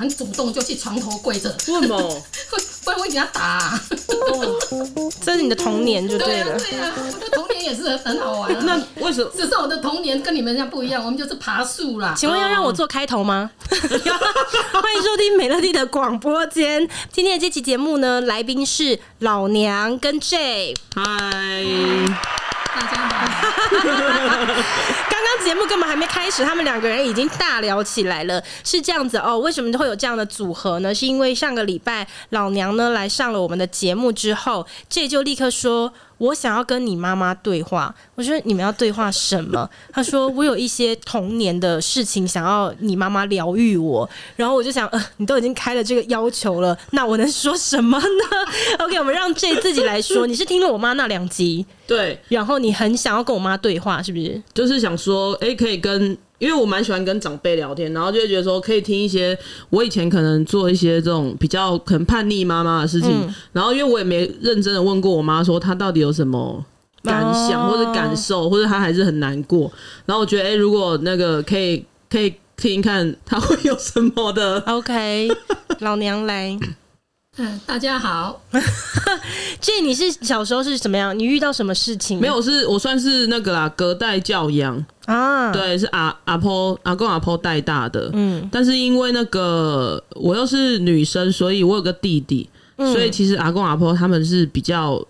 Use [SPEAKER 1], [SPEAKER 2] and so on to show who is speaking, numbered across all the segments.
[SPEAKER 1] 很主动就去床头跪着，
[SPEAKER 2] 为 什么？
[SPEAKER 1] 会不然会给他打啊、
[SPEAKER 2] 这哦是你的童年就
[SPEAKER 1] 对
[SPEAKER 2] 对
[SPEAKER 1] 啊
[SPEAKER 2] 了。
[SPEAKER 1] 对啊，我的童年也是很好玩、啊。
[SPEAKER 2] 那为什么？
[SPEAKER 1] 只是我的童年跟你们家不一样，我们就是爬树啦。
[SPEAKER 3] 请问要让我做开头 吗？欢迎收听美乐蒂的广播间。今天的这期节目呢，来宾是老娘跟 J。
[SPEAKER 2] 嗨，
[SPEAKER 1] 大家好，
[SPEAKER 3] 刚刚节目根本还没开始，他们两个人已经大聊起来了。是这样子哦，为什么会有这样的组合呢？是因为上个礼拜老娘呢来上了我们的节目之后，J 就立刻说。我想要跟你妈妈对话，我说你们要对话什么？他说我有一些童年的事情想要你妈妈疗愈我，然后我就想，呃，你都已经开了这个要求了，那我能说什么呢 ？OK，我们让 J 自己来说。你是听了我妈那两集，
[SPEAKER 2] 对，
[SPEAKER 3] 然后你很想要跟我妈对话，是不是？
[SPEAKER 2] 就是想说，哎、可以跟，因为我蛮喜欢跟长辈聊天，然后就会觉得说，可以听一些我以前可能做一些这种比较可能叛逆妈妈的事情，然后因为我也没认真的问过我妈说她到底有什么。感想
[SPEAKER 3] 哦
[SPEAKER 2] 或者感受，或者她还是很难过。然后我觉得，哎、如果那个可以可以听一看，她会有什么的
[SPEAKER 3] 嗯 OK，老娘来。
[SPEAKER 1] 嗯，大家好，
[SPEAKER 3] 这你是小时候是怎么样？你遇到什么事情？
[SPEAKER 2] 没有，是我算是那个啦，隔代教养，
[SPEAKER 3] 啊？，
[SPEAKER 2] 对，是阿阿婆阿公阿婆带大的。
[SPEAKER 3] 嗯，
[SPEAKER 2] 但是因为那个我又是女生，所以我有个弟弟，
[SPEAKER 3] 嗯
[SPEAKER 2] 所以其实阿公阿婆他们是比较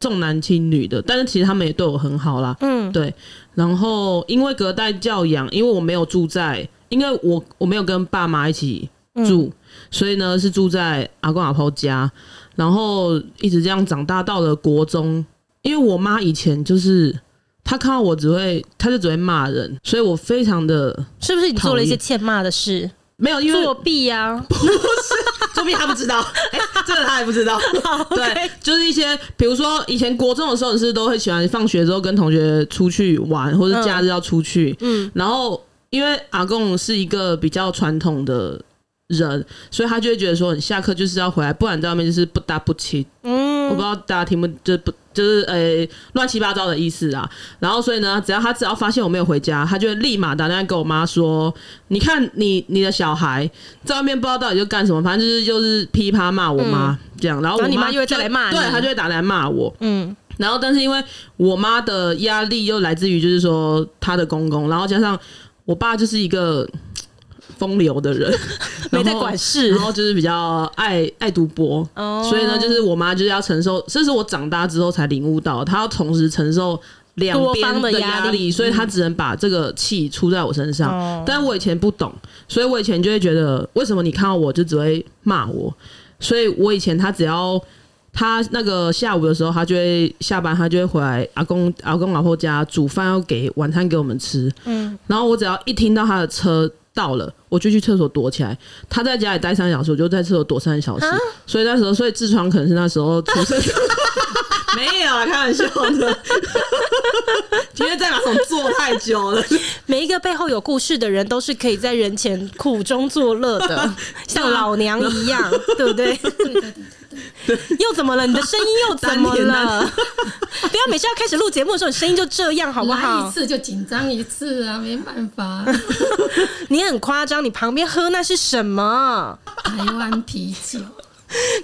[SPEAKER 2] 重男轻女的，但是其实他们也对我很好啦。
[SPEAKER 3] 嗯
[SPEAKER 2] 对，然后因为隔代教养，因为我没有住在，因为我我没有跟爸妈一起
[SPEAKER 3] 嗯
[SPEAKER 2] 住，所以呢是住在阿公阿婆家，然后一直这样长大到了国中。因为我妈以前就是她看到我只会，她就只会骂人，所以我非常的
[SPEAKER 3] 是不是你做了一
[SPEAKER 2] 讨
[SPEAKER 3] 些
[SPEAKER 2] 厌
[SPEAKER 3] 欠骂的事？
[SPEAKER 2] 没有，因为
[SPEAKER 3] 作弊呀、啊？
[SPEAKER 2] 说不定他不知道，哎、这个他也不知道。对，就是一些，比如说以前国中的时候，你是都会喜欢放学之后跟同学出去玩，或者假日要出去。
[SPEAKER 3] 嗯
[SPEAKER 2] 然后因为阿公是一个比较传统的人，所以他就会觉得说，你下课就是要回来，不然在外面就是不搭不亲。我
[SPEAKER 3] 嗯
[SPEAKER 2] 不知道大家听不就是不就是呃乱七八糟的意思啊。然后所以呢，只要他只要发现我没有回家，他就会立马打电话给我妈说：“你看你你的小孩在外面不知道到底就干什么，反正就是就是噼啪骂我妈、这样。”然后
[SPEAKER 3] 嗯
[SPEAKER 2] 我
[SPEAKER 3] 然后你妈
[SPEAKER 2] 妈
[SPEAKER 3] 就会再来骂你
[SPEAKER 2] 对，她就会打来骂我。
[SPEAKER 3] 嗯
[SPEAKER 2] 然后但是因为我妈的压力又来自于就是说她的公公，然后加上我爸就是一个。风流的人，
[SPEAKER 3] 没在
[SPEAKER 2] 然后
[SPEAKER 3] 管事
[SPEAKER 2] 然后就是比较爱爱赌博，
[SPEAKER 3] 哦
[SPEAKER 2] 所以呢，就是我妈就是要承受，这是我长大之后才领悟到，她要同时承受两
[SPEAKER 3] 多方
[SPEAKER 2] 边
[SPEAKER 3] 的压
[SPEAKER 2] 压
[SPEAKER 3] 力
[SPEAKER 2] 力，所以她只能把这个气出在我身上。
[SPEAKER 3] 哦
[SPEAKER 2] 但我以前不懂，所以我以前就会觉得，为什么你看到我就只会骂我？所以我以前她只要。她那个下午的时候，她就会下班，她就会回来阿公、阿公、老婆家煮饭，要给晚餐给我们吃。
[SPEAKER 3] 嗯，
[SPEAKER 2] 然后我只要一听到她的车到了，我就去厕所躲起来。她在家里待三小时，我就在厕所躲三小时。
[SPEAKER 1] 啊
[SPEAKER 2] 所以那时候，所以痔疮可能是那时候出 生的。没有啊，开玩笑的。 今天在马桶坐太久了，
[SPEAKER 3] 每一个背后有故事的人，都是可以在人前苦中作乐 的，像老娘一样，
[SPEAKER 2] 啊
[SPEAKER 3] 对不对？又怎么了？你的声音又怎么
[SPEAKER 2] 三天
[SPEAKER 3] 了？不要每次要开始录节目的时候，你声音就这样，好不
[SPEAKER 1] 来
[SPEAKER 3] 好
[SPEAKER 1] 一？次就紧张一次啊，没办法。
[SPEAKER 3] 你很夸张，你旁边喝那是什么？
[SPEAKER 1] 台湾啤酒，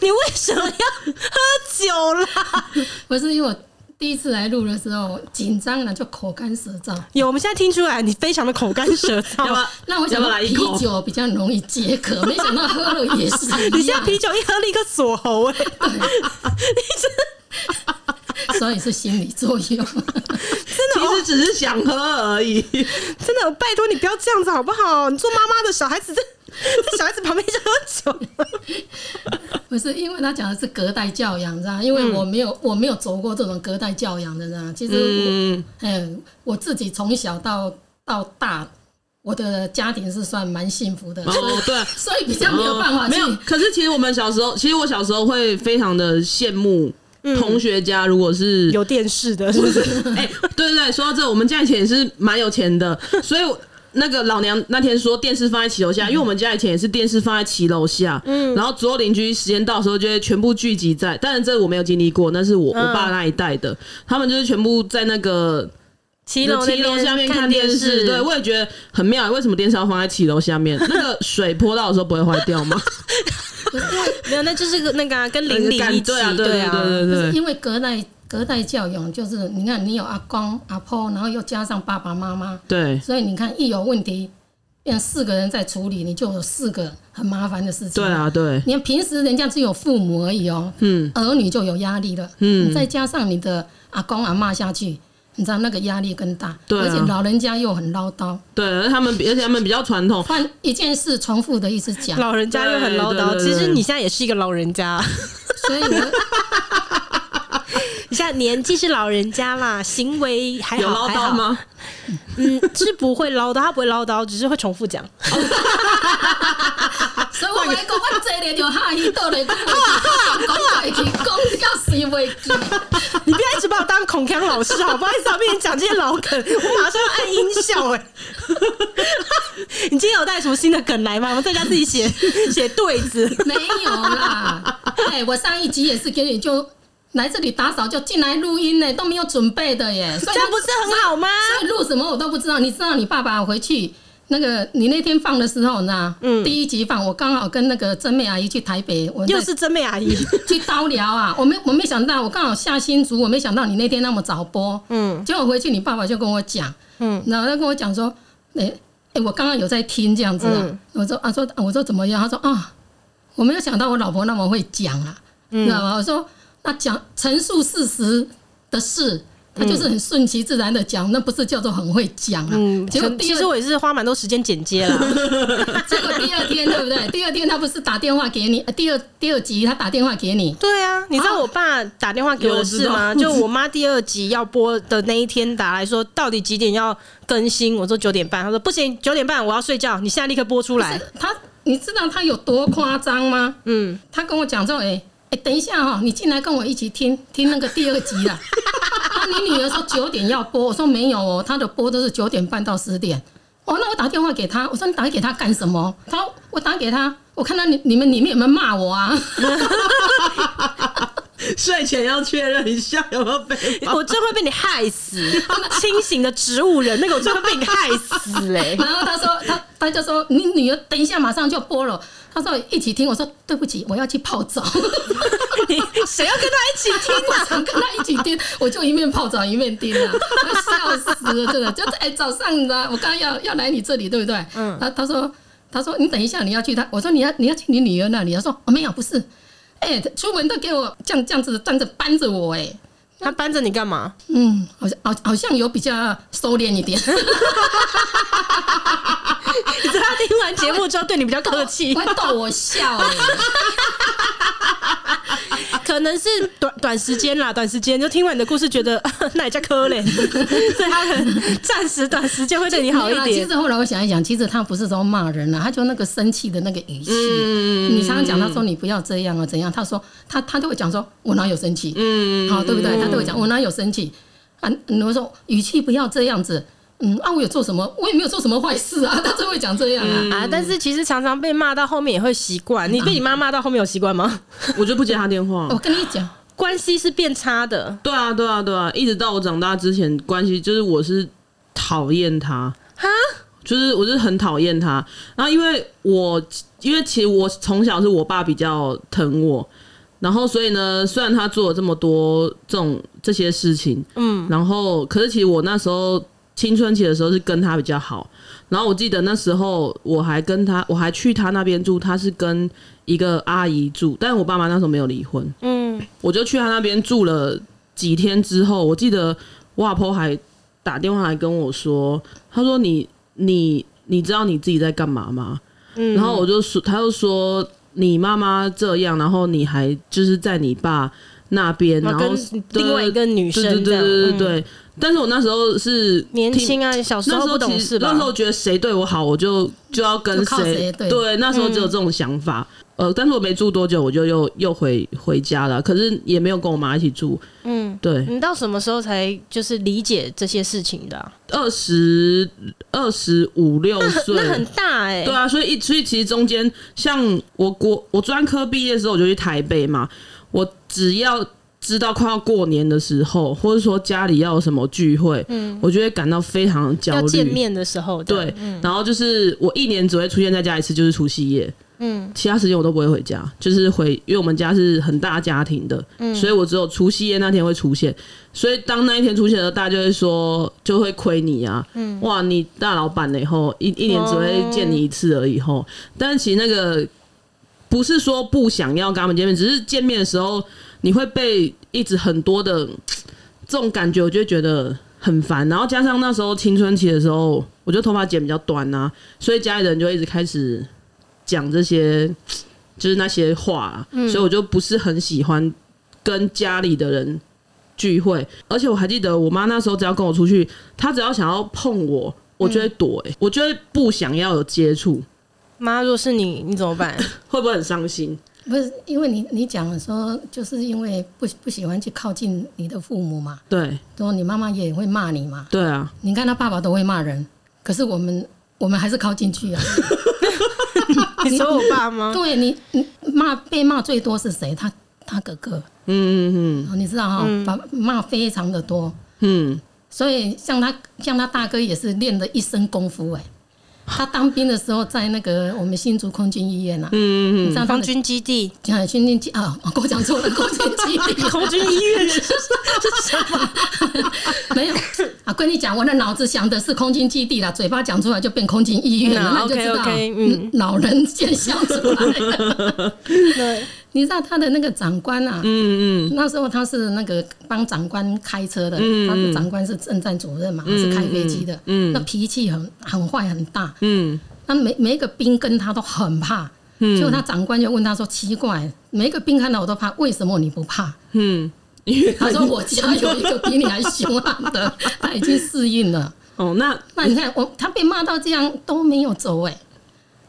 [SPEAKER 3] 你为什么要喝酒啦？
[SPEAKER 1] 不是因为我第一次来录的时候紧张了，就口干舌燥。
[SPEAKER 3] 有，我们现在听出来你非常的口干舌
[SPEAKER 2] 要不
[SPEAKER 3] 燥。
[SPEAKER 2] 要
[SPEAKER 1] 哦那我
[SPEAKER 2] 要
[SPEAKER 1] 想
[SPEAKER 2] 不要
[SPEAKER 1] 到
[SPEAKER 2] 来
[SPEAKER 1] 啤
[SPEAKER 2] 一口？
[SPEAKER 1] 酒比较容易解渴，没想到喝了也是
[SPEAKER 3] 你
[SPEAKER 1] 一
[SPEAKER 3] 现在
[SPEAKER 1] 样，
[SPEAKER 3] 啤酒一喝立刻锁喉哎、
[SPEAKER 1] 所以是心理作用。
[SPEAKER 2] 其实只是想喝而已。
[SPEAKER 3] 真的，我拜托你不要这样子好不好？你做妈妈的小孩子在在小孩子旁边就喝酒，
[SPEAKER 1] 不是，因为他讲的是隔代教养，这样，因
[SPEAKER 2] 嗯
[SPEAKER 1] 为我没有、我没有走过这种隔代教养的，这样。其实我，
[SPEAKER 2] 嗯，
[SPEAKER 1] 嗯，我自己从小到到大，我的家庭是算蛮幸福的，所以
[SPEAKER 2] 哦，对。
[SPEAKER 1] 所以比较没有办法
[SPEAKER 2] 没
[SPEAKER 1] 去。
[SPEAKER 2] 有，可是其实我们小时候，其实我小时候会非常的羡慕同学家，如果是
[SPEAKER 3] 有电视的，是不是？
[SPEAKER 2] 哎、对对对，说到这，我们家以前也是蛮有钱 的，所以我那个老娘那天说电视放在骑楼下，因为我们家以前也是电视放在骑楼下，嗯，然后所有邻居时间到的时候就会全部聚集嗯在，但是这我没有经历过，那是我我爸那一代的，他们就是全部在那个。
[SPEAKER 3] 七楼那
[SPEAKER 2] 七
[SPEAKER 3] 边
[SPEAKER 2] 楼下面看
[SPEAKER 3] 电
[SPEAKER 2] 电视，对我也觉得很妙。为什么电视要放在七楼下面？那个水泼到的时候不会坏掉吗？
[SPEAKER 3] 没有，那就是个那个啊跟邻里
[SPEAKER 2] 感
[SPEAKER 3] 一起，
[SPEAKER 2] 对啊，对
[SPEAKER 3] 啊，
[SPEAKER 2] 对
[SPEAKER 1] 就
[SPEAKER 2] 对
[SPEAKER 1] 是
[SPEAKER 2] 对，
[SPEAKER 1] 因为隔代隔代教养，就是你看你有阿公阿婆，然后又加上爸爸妈妈，
[SPEAKER 2] 对啊
[SPEAKER 1] 所以你看一有问题，变四个人在处理，你就有四个很麻烦的事情。
[SPEAKER 2] 对，啊，对，
[SPEAKER 1] 你看平时人家只有父母而已哦，
[SPEAKER 2] 嗯，
[SPEAKER 1] 儿女就有压力了，嗯，你再加上你的阿公阿妈下去，你知道那个压力更大，
[SPEAKER 2] 对啊
[SPEAKER 1] 而且老人家又很唠叨，
[SPEAKER 2] 对，而他们比而且他们比较传统，
[SPEAKER 1] 换一件事重复的一直讲，
[SPEAKER 3] 老人家又很唠叨。
[SPEAKER 2] 对对对
[SPEAKER 3] 其
[SPEAKER 2] 对
[SPEAKER 3] 实你现在也是一个老人家，
[SPEAKER 1] 所以我
[SPEAKER 3] 你现在年纪是老人家啦，行为还
[SPEAKER 2] 有
[SPEAKER 3] 好
[SPEAKER 2] 唠
[SPEAKER 3] 还好
[SPEAKER 2] 叨？吗？
[SPEAKER 3] 嗯，是不会唠叨，他不会唠叨，只是会重复 讲。
[SPEAKER 1] 所以我咪讲，我坐咧就下伊倒来讲话题，讲话题讲到死袂记。
[SPEAKER 3] 你不要一直把我当孔锵老师好不好意思啊，我跟你讲这些老梗，我马上要按音效哎、 你今天有带什么新的梗来吗？我在家自己写写对子，
[SPEAKER 1] 没有啦，哎、我上一集也是给你就来这里打扫，就进来录音呢，都没有准备的耶，所
[SPEAKER 3] 这
[SPEAKER 1] 以
[SPEAKER 3] 样不是很好 吗？
[SPEAKER 1] 所以录什么我都不知道。你知道你爸爸回去那个你那天放的时候呢，嗯，第一集放我刚好跟那个真美阿姨去台北，我在
[SPEAKER 3] 又是真美阿姨，
[SPEAKER 1] 去刀疗啊，我没我没想到，我刚好下新竹，我没想到你那天那么早播，
[SPEAKER 3] 嗯，
[SPEAKER 1] 结果回去你爸爸就跟我讲，
[SPEAKER 3] 嗯，
[SPEAKER 1] 然后他跟我讲说，哎、哎、我刚刚有在听这样子啊，
[SPEAKER 3] 嗯
[SPEAKER 1] 我说啊说啊我说怎么样？他说啊，我没有想到我老婆那么会讲啊，嗯、知道吗？我说那讲陈述事实的事。他就是很顺其自然的讲，那不是叫做很会讲啊？
[SPEAKER 3] 嗯，
[SPEAKER 1] 结果
[SPEAKER 3] 其
[SPEAKER 1] 第
[SPEAKER 3] 其
[SPEAKER 1] 二
[SPEAKER 3] 实我也是花蛮多时间剪接啦。
[SPEAKER 1] 结果第二天对不对？第二天他不是打电话给你，呃第二第二集他打电话给你，
[SPEAKER 3] 对啊，你知道我爸打电话给我的事吗？
[SPEAKER 2] 有我知
[SPEAKER 3] 就
[SPEAKER 2] 道
[SPEAKER 3] 我妈第二集要播的那一天打来说，到底几点要更新？我说九点半，他说不行，九点半我要睡觉，你现在立刻播出来。
[SPEAKER 1] 他，你知道他有多夸张吗？
[SPEAKER 3] 嗯，
[SPEAKER 1] 他跟我讲说，哎、哎、等一下哈、你进来跟我一起听听那个第二集啦。 啊，你女儿说九点要播，我说没有哦，她的播都是九点半到十点。哦，那我打电话给她，我说你打给她干什么？她说我打给她，我看到你你们里面有没有骂我啊？
[SPEAKER 2] 睡前要确认一下有没有 被骂
[SPEAKER 3] 我真会被你害死，清醒的植物人，那个我真会被你害死哎、
[SPEAKER 1] 然后她说她她就说你女儿等一下马上就播了，她说一起听，我说对不起，我要去泡澡。
[SPEAKER 3] 你谁要跟他一起听
[SPEAKER 1] 我常跟他一起 听，我就一面泡澡一面听啊，我笑死了，真的。就是哎、早上你知道，我刚刚要要来你这里，对不对？嗯。他他说他说你等一下你要去他，我说你要你要去你女儿那里，他说哦没有不是，哎、出门都给我这样这样子站着扳着我哎、
[SPEAKER 3] 他搬着你干嘛？
[SPEAKER 1] 嗯，好像好好像有比较收敛一点，
[SPEAKER 3] 你知道他听完节目之后对你比较客气，
[SPEAKER 1] 会逗我笑哎、
[SPEAKER 3] 可能是短短时间啦，短时间就听完你的故事，觉得啊那也叫可 怜，所以他可能暂时短时间会对你好一
[SPEAKER 1] 没有啦
[SPEAKER 3] 点
[SPEAKER 1] 其。实后来我想一想，其实他不是说骂人啊啦、他就那个生气的那个语气。
[SPEAKER 3] 嗯
[SPEAKER 1] 你常常讲他说你不要这样啊，怎样？他说他他都会讲说，我哪有生气？嗯，好、对不对？他都会讲我哪有生气啊？嗯我说语气不要这样子。嗯，啊，我有做什么？我也没有做什么坏事啊， 他就会讲这样啊。
[SPEAKER 2] 嗯
[SPEAKER 3] 啊，但是其实常常被骂到后面也会习惯。你被你
[SPEAKER 2] 啊
[SPEAKER 3] 妈骂到后面有习惯吗？
[SPEAKER 2] 我就不接他电话
[SPEAKER 3] 嗯哦
[SPEAKER 1] 我。跟你讲，
[SPEAKER 3] 关系是变差的
[SPEAKER 2] 对啊，对啊，对啊，一直到我长大之前，关系就是我是讨厌他，
[SPEAKER 3] 哈，
[SPEAKER 2] 就是我就是很讨厌他。然后因为我，因为其实我从小是我爸比较疼我，然后所以呢，虽然他做了这么多这种这些事情，嗯，然后可是其实我那时候青春期的时候是跟他比较好。然后我记得那时候我还跟他，我还去他那边住，他是跟一个阿姨住，但我爸妈那时候没有离婚，嗯，我就去他那边住了几天之后，我记得我阿婆还打电话来跟我说，他说你你你知道你自己在干嘛吗？嗯，然后我就说，他就说你妈妈这样，然后你还就是在你爸那边，
[SPEAKER 3] 然
[SPEAKER 2] 然
[SPEAKER 3] 后
[SPEAKER 2] 后
[SPEAKER 3] 跟另外一个女
[SPEAKER 2] 对对
[SPEAKER 3] 生这
[SPEAKER 2] 对
[SPEAKER 3] 样，
[SPEAKER 2] 对对
[SPEAKER 3] 嗯
[SPEAKER 2] 对，但是我那时候是
[SPEAKER 3] 年
[SPEAKER 2] 听
[SPEAKER 3] 轻啊，小时
[SPEAKER 2] 那
[SPEAKER 3] 候
[SPEAKER 2] 时
[SPEAKER 3] 不
[SPEAKER 2] 候
[SPEAKER 3] 懂
[SPEAKER 2] 其
[SPEAKER 3] 事
[SPEAKER 2] 实
[SPEAKER 3] 吧
[SPEAKER 2] 那时？候觉得谁对我好，我就就要跟
[SPEAKER 1] 就靠谁对
[SPEAKER 2] 对，那时候只
[SPEAKER 3] 嗯
[SPEAKER 2] 有这种想法。呃，但是我没住多久，我就又又回回家了，可是也没有跟我妈一起住。
[SPEAKER 3] 嗯，
[SPEAKER 2] 对，
[SPEAKER 3] 你到什么时候才就是理解这些事情的啊、
[SPEAKER 2] 二十二十五六岁，
[SPEAKER 3] 那很大哎、
[SPEAKER 2] 对啊，所以一所以其实中间，像我国我专科毕业的时候，我就去台北嘛，我只要知道快要过年的时候，或者说家里要有什么聚会，我就会感到非常的
[SPEAKER 3] 嗯
[SPEAKER 2] 焦
[SPEAKER 3] 要
[SPEAKER 2] 虑。
[SPEAKER 3] 见面的时候，这样
[SPEAKER 2] 对，，然后就是我一年只会出现在家一次，就是除夕夜。嗯，其他时间我都不会回家，就是回，因为我们家是很大家庭的，所以我只有除夕夜那天会出现。所以当那一天出现的时候，大家就会说，就会亏你啊，哇，你大老板了以后，一一年只会见你一次而已吼。但其实那个不是说不想要跟他们见面，只是见面的时候你会被一直很多的这种感觉，我就会觉得很烦。然后加上那时候青春期的时候，我就头发剪比较短啊，所以家里人就一直开始讲这些就是那些话啊、所以我就不是很喜欢跟家里的人。聚会，而且我还记得我妈那时候只要跟我出去，她只要想要碰我，我就会躲、
[SPEAKER 3] 嗯
[SPEAKER 2] 欸我就会不想要有接触，
[SPEAKER 3] 妈，如果是你，你怎么 办？
[SPEAKER 2] 会不会很伤心？
[SPEAKER 1] 不是因为你你讲说，就是因为不不喜欢去靠近你的父母嘛，
[SPEAKER 2] 对
[SPEAKER 1] 然后你妈妈也会骂你嘛，
[SPEAKER 2] 对啊，
[SPEAKER 1] 你看他爸爸都会骂人，可是我们我们还是靠进去啊。
[SPEAKER 3] 你说我爸吗？
[SPEAKER 1] 对你，你骂被骂最多是谁？他他哥哥，
[SPEAKER 2] 嗯嗯
[SPEAKER 1] 哦你知道哈、把骂非常的多，
[SPEAKER 2] 嗯
[SPEAKER 1] 所以像他像他大哥也是练了一身功夫哎、他当兵的时候在那个我们新竹空军医院啊，嗯嗯嗯，你知道他
[SPEAKER 3] 空
[SPEAKER 1] 的
[SPEAKER 3] 军基 地、
[SPEAKER 1] 啊训练基啊，我讲错了，空军基 地
[SPEAKER 3] 空军医院 是
[SPEAKER 1] 没有啊，跟你讲，我的脑子想的是空军基地啦，嘴巴讲出来就变空军医院了，
[SPEAKER 3] 嗯
[SPEAKER 1] 那你就知道
[SPEAKER 3] OK，OK，嗯
[SPEAKER 1] 嗯老人现象出来了。
[SPEAKER 3] 对，
[SPEAKER 1] 你知道他的那个长官啊，
[SPEAKER 2] 嗯嗯，嗯
[SPEAKER 1] 那时候他是那个帮长官开车的，他的长官是政战主任嘛，是开飞机的，那脾气很很坏很大，
[SPEAKER 2] 嗯，
[SPEAKER 1] 那每每一个兵跟他都很怕，结果他长官就问他说：“奇怪，每一个兵看到我都怕，为什么你不 怕？”
[SPEAKER 2] 嗯因为
[SPEAKER 1] 他说：“我家有一个比你还凶悍 的，他已经适应了。
[SPEAKER 2] 哦，那”
[SPEAKER 1] 那你看我，他被骂到这样都没有走哎、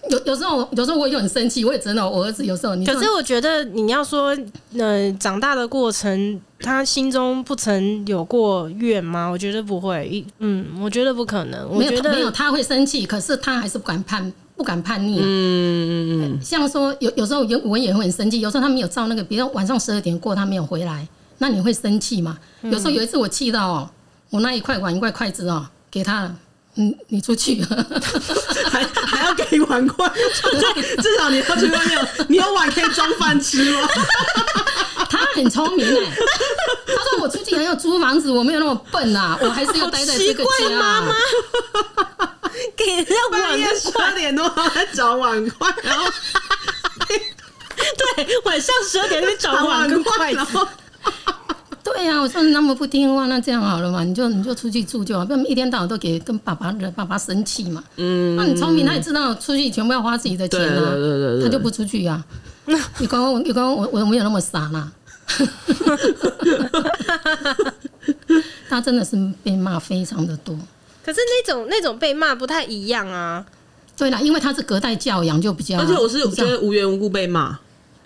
[SPEAKER 1] 有有时候我有时候我也很生气，我也真的我儿子有时候你说
[SPEAKER 3] 可是我觉得你要说，呃，长大的过程，他心中不曾有过怨吗？我觉得不会，一嗯，我觉得不可能。我
[SPEAKER 1] 没
[SPEAKER 3] 觉
[SPEAKER 1] 有他没有
[SPEAKER 3] 得
[SPEAKER 1] 他会生气，可是他还是不敢叛不敢叛逆、啊。
[SPEAKER 3] 嗯
[SPEAKER 1] 嗯像说有有时候有我也会很生气，有时候他没有照那个，比如说晚上十二点过他没有回来，那你会生气嘛？
[SPEAKER 3] 嗯
[SPEAKER 1] 有时候有一次我气到哦，我那一块碗一块筷子哦给他了，嗯，你出去了。
[SPEAKER 2] 还还要给碗筷， 就至少你要去外面有，你有碗可以装饭吃吗？
[SPEAKER 1] 他很聪明哎、 他说我出去还要租房子，我没有那么笨啊，我还是要待在这个
[SPEAKER 3] 好奇怪
[SPEAKER 1] 家、啊。
[SPEAKER 3] 给人家
[SPEAKER 2] 半
[SPEAKER 3] 碗
[SPEAKER 2] 夜
[SPEAKER 3] 的
[SPEAKER 2] 十二点多还在找碗筷，然后
[SPEAKER 3] 对，晚上十二点那边找
[SPEAKER 2] 找
[SPEAKER 3] 碗跟 筷
[SPEAKER 2] 然
[SPEAKER 3] 子，
[SPEAKER 2] 后
[SPEAKER 1] 对呀、啊，我说你那么不听话，那这样好了嘛，你就你就出去住就好，不然一天到晚都给跟爸爸惹爸爸生气嘛。嗯，那你聪明，他也知道出去全部要花自己的钱啊，
[SPEAKER 2] 对对对对对
[SPEAKER 1] 他就不出去啊。你管我，你管我，我没有那么傻啦。 他真的是被骂非常的多。
[SPEAKER 3] 可是那种那种被骂不太一样啊。
[SPEAKER 1] 对啦，因为他是隔代教养，就比较。
[SPEAKER 2] 而且我是
[SPEAKER 1] 比较
[SPEAKER 2] 觉得无缘无故被骂，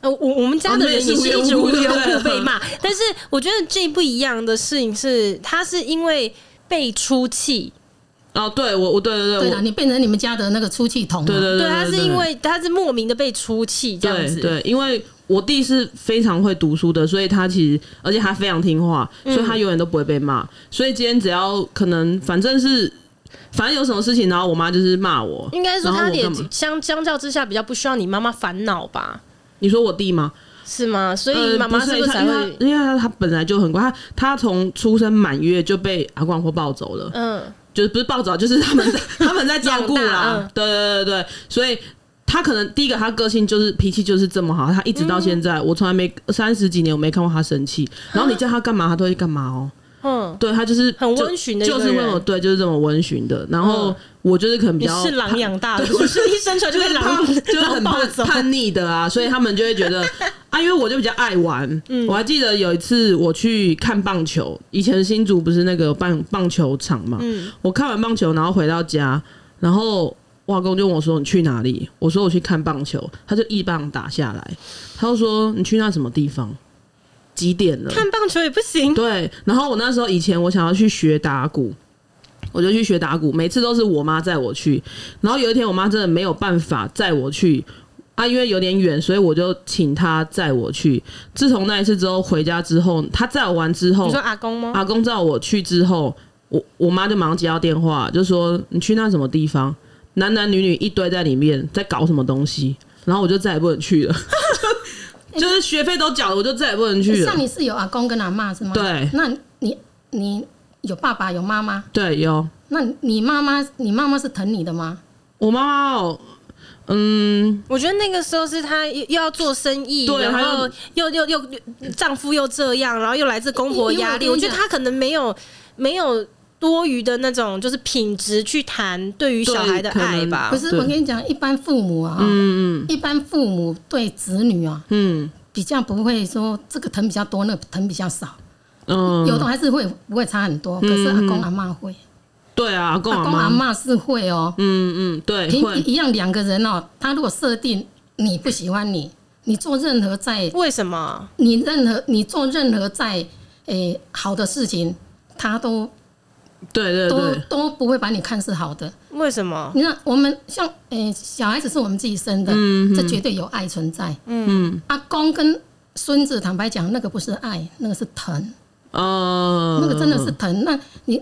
[SPEAKER 3] 呃，我我们家的人也是一直无缘无故被骂， 但是我觉得最不一样的事情是，他是因为被出气，
[SPEAKER 2] 哦，对我我对对
[SPEAKER 1] 对
[SPEAKER 2] 对，
[SPEAKER 1] 啦，
[SPEAKER 2] 我
[SPEAKER 1] 你变成你们家的那个出气筒、啊。
[SPEAKER 2] 对对
[SPEAKER 3] 对，
[SPEAKER 2] 对，
[SPEAKER 3] 他是因为他是莫名的被出气这样
[SPEAKER 2] 对
[SPEAKER 3] 子，
[SPEAKER 2] 对，因为我弟是非常会读书的，所以他其实而且他非常听话，所以
[SPEAKER 3] 嗯
[SPEAKER 2] 他永远都不会被骂。所以今天只要可能，反正是反正有什么事情，然后我妈就是骂我。
[SPEAKER 3] 应该说
[SPEAKER 2] 然后
[SPEAKER 3] 他
[SPEAKER 2] 我
[SPEAKER 3] 也
[SPEAKER 2] 干嘛
[SPEAKER 3] 相相较之下比较不需要你妈妈烦恼吧？
[SPEAKER 2] 你说我弟吗？
[SPEAKER 3] 是吗？所以
[SPEAKER 2] 呃，
[SPEAKER 3] 妈妈
[SPEAKER 2] 是
[SPEAKER 3] 是不是才
[SPEAKER 2] 因为
[SPEAKER 3] 会
[SPEAKER 2] 他因为他他本来就很乖，他他从出生满月就被阿公阿婆抱走了，
[SPEAKER 3] 嗯
[SPEAKER 2] 就是不是抱走， 就是他 们在他们在照顾
[SPEAKER 3] 养大
[SPEAKER 2] 啦
[SPEAKER 3] 嗯。
[SPEAKER 2] 对对对对，所以。他可能第一个，他个性就是脾气就是这么好，他一直到现
[SPEAKER 3] 嗯
[SPEAKER 2] 在，我从来没三十几年我没看过他 生气。然后你叫他干嘛，他都会干嘛哦。
[SPEAKER 3] 嗯，
[SPEAKER 2] 对他就是
[SPEAKER 3] 很
[SPEAKER 2] 就
[SPEAKER 3] 温驯的一个
[SPEAKER 2] 就
[SPEAKER 3] 人
[SPEAKER 2] 是温柔，对，就是这么温驯的。然后
[SPEAKER 3] 嗯
[SPEAKER 2] 我就是可能比
[SPEAKER 3] 你
[SPEAKER 2] 较
[SPEAKER 3] 是狼养大的，
[SPEAKER 2] 对我
[SPEAKER 3] 就是一生出来就被狼
[SPEAKER 2] 就是
[SPEAKER 3] 狼
[SPEAKER 2] 很
[SPEAKER 3] 抱
[SPEAKER 2] 叛
[SPEAKER 3] 走。
[SPEAKER 2] 叛逆的啊，所以他们就会觉得啊，因为我就比较爱玩。
[SPEAKER 3] 嗯
[SPEAKER 2] 我还记得有一次我去看棒球，以前新竹不是那个棒棒球场嘛，
[SPEAKER 3] 嗯
[SPEAKER 2] 我看完棒球，然后回到家，然后。我老公就问我说：“你去哪里？”我说：“我去看棒球。”他就一棒打下来，他就说：“你去那什么地方？几点了？”
[SPEAKER 3] 看棒球也不行，
[SPEAKER 2] 对，然后我那时候以前我想要去学打鼓，我就去学打鼓，每次都是我妈载我去。然后有一天我妈真的没有办法载我去，啊，因为有点远，所以我就请他载我去。自从那一次之后，回家之后，他载我完之后
[SPEAKER 3] 你说，阿公吗？
[SPEAKER 2] 阿公载我去之后，我我妈就马上接到电话，就说你去那什么地方，男男女女一堆在里面在搞什么东西，然后我就再也不能去了， 就就是学费都缴了，我就再也不能去了
[SPEAKER 1] 欸像。你是有阿公跟阿妈是吗？
[SPEAKER 2] 对
[SPEAKER 1] 那你你有爸爸有妈妈，
[SPEAKER 2] 对，有
[SPEAKER 1] 那你妈妈你妈妈是疼你的吗？
[SPEAKER 2] 我妈妈哦，嗯，
[SPEAKER 3] 我觉得那个时候是她又又要做生意，
[SPEAKER 2] 对
[SPEAKER 3] 然
[SPEAKER 2] 她
[SPEAKER 3] 后又又又又丈夫又这样，然后又来自公婆压力。
[SPEAKER 1] 因为
[SPEAKER 3] 我
[SPEAKER 1] 我跟你
[SPEAKER 3] 觉得
[SPEAKER 1] 讲
[SPEAKER 3] 她可能没有没有多余的那种就是品质去谈对于小孩的
[SPEAKER 2] 对可能
[SPEAKER 3] 爱吧
[SPEAKER 1] 可。是
[SPEAKER 2] 啊对
[SPEAKER 1] 我跟你讲，一般父母啊，嗯嗯，一般父母对子女啊，
[SPEAKER 2] 嗯
[SPEAKER 1] 比较不会说这个疼比较多，那个疼比较少，
[SPEAKER 2] 嗯，
[SPEAKER 1] 有的还是会不会差很多，可是阿公阿妈会，
[SPEAKER 2] 对啊，阿公
[SPEAKER 1] 阿公阿
[SPEAKER 2] 阿妈，
[SPEAKER 1] 妈是会哦、
[SPEAKER 2] 嗯嗯，对，
[SPEAKER 1] 平
[SPEAKER 2] 会
[SPEAKER 1] 一样两个人哦、他如果设定你不喜欢你，你做任何在
[SPEAKER 3] 为什么？
[SPEAKER 1] 你任何你做任何在诶、好的事情，他都
[SPEAKER 2] 对对
[SPEAKER 1] 都
[SPEAKER 2] 对，
[SPEAKER 1] 都不会把你看是好的。
[SPEAKER 3] 为什么？
[SPEAKER 1] 你看我们像诶、小孩子是我们自己生的，这绝对有爱存在。嗯，阿公跟孙子坦白讲，那个不是爱，那个是疼，
[SPEAKER 2] 嗯，
[SPEAKER 1] 那个真的是疼。那你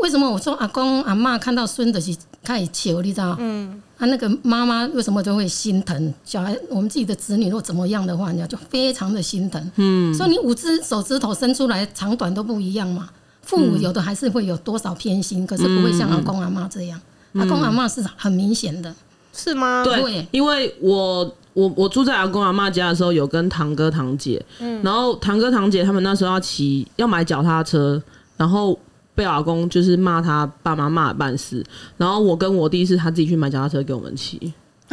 [SPEAKER 1] 为什么我说阿公阿妈看到孙子是开始求，你知道？嗯，啊，那个妈妈为什么就会心疼小孩？我们自己的子女如果怎么样的话，你就非常的心疼。嗯，所以你五只手指头伸出来，长短都不一样嘛。父
[SPEAKER 2] 嗯
[SPEAKER 1] 母有的还是会有多少偏心，可是不会像阿公阿妈这样。
[SPEAKER 2] 嗯
[SPEAKER 1] 阿公阿妈是很明显的，
[SPEAKER 3] 是吗？
[SPEAKER 2] 对
[SPEAKER 1] 对，
[SPEAKER 2] 因为我我我住在阿公阿妈家的时候，有跟堂哥堂姐，
[SPEAKER 3] 嗯
[SPEAKER 2] 然后堂哥堂姐他们那时候要骑要买脚踏车，然后被老公就是骂他爸妈骂得半死，然后我跟我弟是他自己去买脚踏车给我们骑。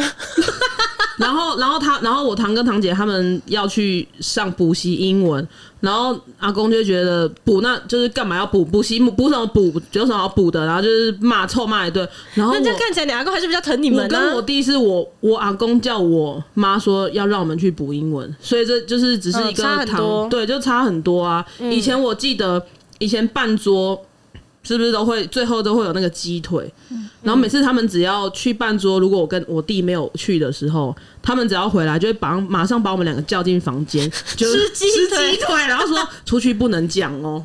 [SPEAKER 2] 然后，然后他，然后我堂哥堂姐他们要去上补习英文，然后阿公就觉得补那就是干嘛要补补习补什么补有什么好补的，然后就是骂臭骂一顿。然后
[SPEAKER 3] 那这
[SPEAKER 2] 我
[SPEAKER 3] 样看起来，你阿公还是比较疼你们啊
[SPEAKER 2] 我
[SPEAKER 3] 呢、
[SPEAKER 2] 跟我弟是我我阿公叫我妈说要让我们去补英文，所以这就是只是一
[SPEAKER 3] 嗯
[SPEAKER 2] 个
[SPEAKER 3] 差很
[SPEAKER 2] 堂、
[SPEAKER 3] 多嗯
[SPEAKER 2] 对，就差很多啊。以前我记得以前半桌是不是都会最后都会有那个鸡腿？
[SPEAKER 3] 嗯
[SPEAKER 2] 然后每次他们只要去半桌，如果我跟我弟没有去的时候，他们只要回来就会把马上把我们两个叫进房间，就
[SPEAKER 3] 吃
[SPEAKER 2] 是
[SPEAKER 3] 鸡腿
[SPEAKER 2] 鸡腿，然后说出去不能讲哦。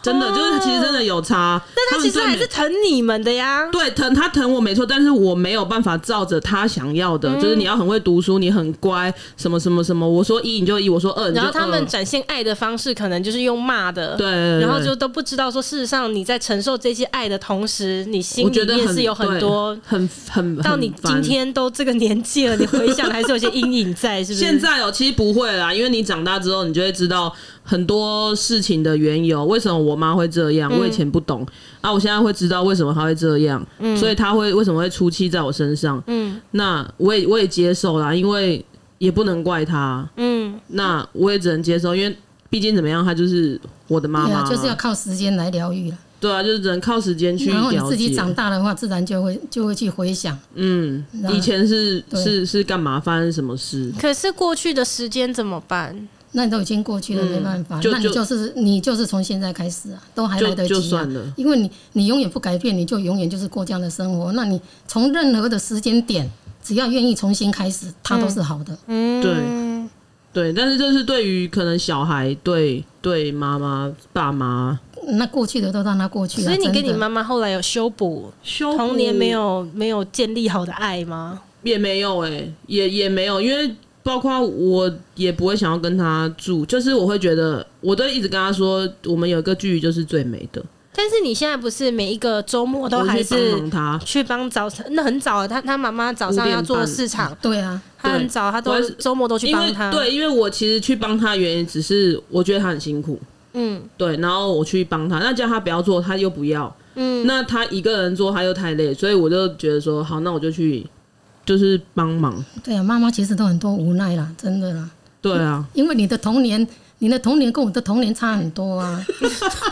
[SPEAKER 2] 真的就是，其实真的有差。
[SPEAKER 3] 但他
[SPEAKER 2] 们
[SPEAKER 3] 其实
[SPEAKER 2] 对
[SPEAKER 3] 还
[SPEAKER 2] 每
[SPEAKER 3] 是疼你们的呀。
[SPEAKER 2] 对，疼他疼我没错，但是我没有办法照着他想要的，就是
[SPEAKER 3] 嗯
[SPEAKER 2] 你要很会读书，你很乖，什么什么什么。我说一你就一，我说二你就
[SPEAKER 3] 然
[SPEAKER 2] 二。
[SPEAKER 3] 后他们展现爱的方式，可能就是用骂的，
[SPEAKER 2] 嗯对，对
[SPEAKER 3] 然后
[SPEAKER 2] 对
[SPEAKER 3] 就都不知道说，事实上你在承受这些爱的同时，你心
[SPEAKER 2] 我觉
[SPEAKER 3] 里
[SPEAKER 2] 得
[SPEAKER 3] 面
[SPEAKER 2] 很
[SPEAKER 3] 是有很
[SPEAKER 2] 对
[SPEAKER 3] 多。
[SPEAKER 2] 很很
[SPEAKER 3] 到
[SPEAKER 2] 很
[SPEAKER 3] 你今
[SPEAKER 2] 烦
[SPEAKER 3] 天都这个年纪了，你回想还是有些阴影在，是不是？
[SPEAKER 2] 现在哦，其实不会啦，因为你长大之后，你就会知道很多事情的缘由。为什么我妈会这样？
[SPEAKER 3] 嗯
[SPEAKER 2] 我以前不懂、啊，我现在会知道为什么她会这样，
[SPEAKER 3] 嗯
[SPEAKER 2] 所以她会为什么会出气在我身上。嗯，那我也我也接受啦，因为也不能怪她。
[SPEAKER 3] 嗯，
[SPEAKER 2] 那我也只能接受，因为毕竟怎么样，她就是我的妈
[SPEAKER 1] 对
[SPEAKER 2] 妈
[SPEAKER 1] 啊，
[SPEAKER 2] 嘛，
[SPEAKER 1] 就是要靠时间来疗愈了。
[SPEAKER 2] 对啊，就是只能靠时间去
[SPEAKER 1] 然后你
[SPEAKER 2] 了
[SPEAKER 1] 自己
[SPEAKER 2] 解。
[SPEAKER 1] 长大的话，自然就会就会去回想。
[SPEAKER 2] 嗯，
[SPEAKER 1] 然后
[SPEAKER 2] 以前是
[SPEAKER 1] 对
[SPEAKER 2] 是是干嘛？发生什么事？
[SPEAKER 3] 可是过去的时间怎么办？
[SPEAKER 1] 那你都已经过去了，
[SPEAKER 3] 嗯
[SPEAKER 1] 没办法，
[SPEAKER 2] 就
[SPEAKER 1] 那你
[SPEAKER 2] 就
[SPEAKER 1] 就是你就是从现在开始啊，都还
[SPEAKER 2] 就
[SPEAKER 1] 来得及、啊
[SPEAKER 2] 就算了
[SPEAKER 1] 因为你你永远不改变，你就永远就是过这样的生
[SPEAKER 3] 嗯
[SPEAKER 1] 活。那你从任何的时间点，只要愿意重新开始，它都是好的。
[SPEAKER 3] 嗯，
[SPEAKER 2] 对对，但是这是对于可能小孩对对妈妈爸妈
[SPEAKER 1] 那过去的都让它过去、啊。
[SPEAKER 3] 嗯所以你跟
[SPEAKER 1] 真的
[SPEAKER 3] 你妈妈后来有修补
[SPEAKER 2] 修
[SPEAKER 3] 童年没有没有建立好的爱吗？
[SPEAKER 2] 也没有哎、也也没有，因为包括我也不会想要跟他住，就是我会觉得我都一直跟他说，我们有一个距离就是最美的，
[SPEAKER 3] 但是你现在不是每一个周末都
[SPEAKER 2] 我
[SPEAKER 3] 还
[SPEAKER 2] 去帮
[SPEAKER 3] 是
[SPEAKER 2] 忙他。
[SPEAKER 3] 去帮早晨，那很早，他他妈妈早上要
[SPEAKER 2] 五
[SPEAKER 3] 做
[SPEAKER 2] 点半
[SPEAKER 3] 市场，
[SPEAKER 1] 对啊，
[SPEAKER 3] 他很
[SPEAKER 2] 对
[SPEAKER 3] 早，他
[SPEAKER 2] 我还
[SPEAKER 3] 都
[SPEAKER 2] 是
[SPEAKER 3] 周末都去
[SPEAKER 2] 因为
[SPEAKER 3] 帮他。，
[SPEAKER 2] 对，因为我其实去帮他的原因只是我觉得他很辛苦，
[SPEAKER 3] 嗯
[SPEAKER 2] 对，然后我去帮他，那叫他不要做，他又不要，
[SPEAKER 3] 嗯，
[SPEAKER 2] 那他一个人做他又太累，所以我就觉得说，好，那我就去就是帮忙。
[SPEAKER 1] 对啊，妈妈其实都很多无奈啦，真的啦。
[SPEAKER 2] 对啊，
[SPEAKER 1] 因为你的童年，你的童年跟我的童年差很多 啊。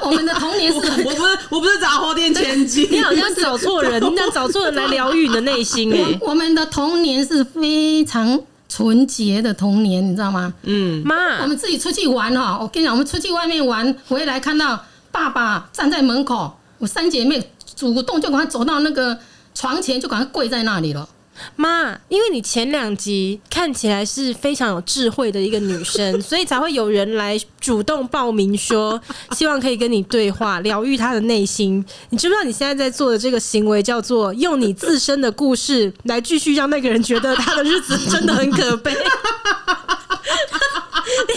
[SPEAKER 1] 我们的童年
[SPEAKER 2] 我
[SPEAKER 1] 是很
[SPEAKER 2] 我不是我不是杂货店千金，
[SPEAKER 3] 你好像 找错人，你要找错人来疗愈你的内心哎、
[SPEAKER 1] 我们的童年是非常纯洁的童年，你知道吗？ 我
[SPEAKER 3] 妈，
[SPEAKER 1] 们自己出去玩哈，我跟你讲，我们出去外面玩，回来看到爸爸站在门口，我三姐妹主动就赶快走到那个床前，就赶快跪在那里了。
[SPEAKER 3] 妈，因为你前两集看起来是非常有智慧的一个 女生，所以才会有人来主动报名说，希望可以跟你对话，疗愈她的内心。你知不知道你现在在做的这个行为叫做用你自身的故事来继续让那个人觉得他的日子真的很可 悲？你到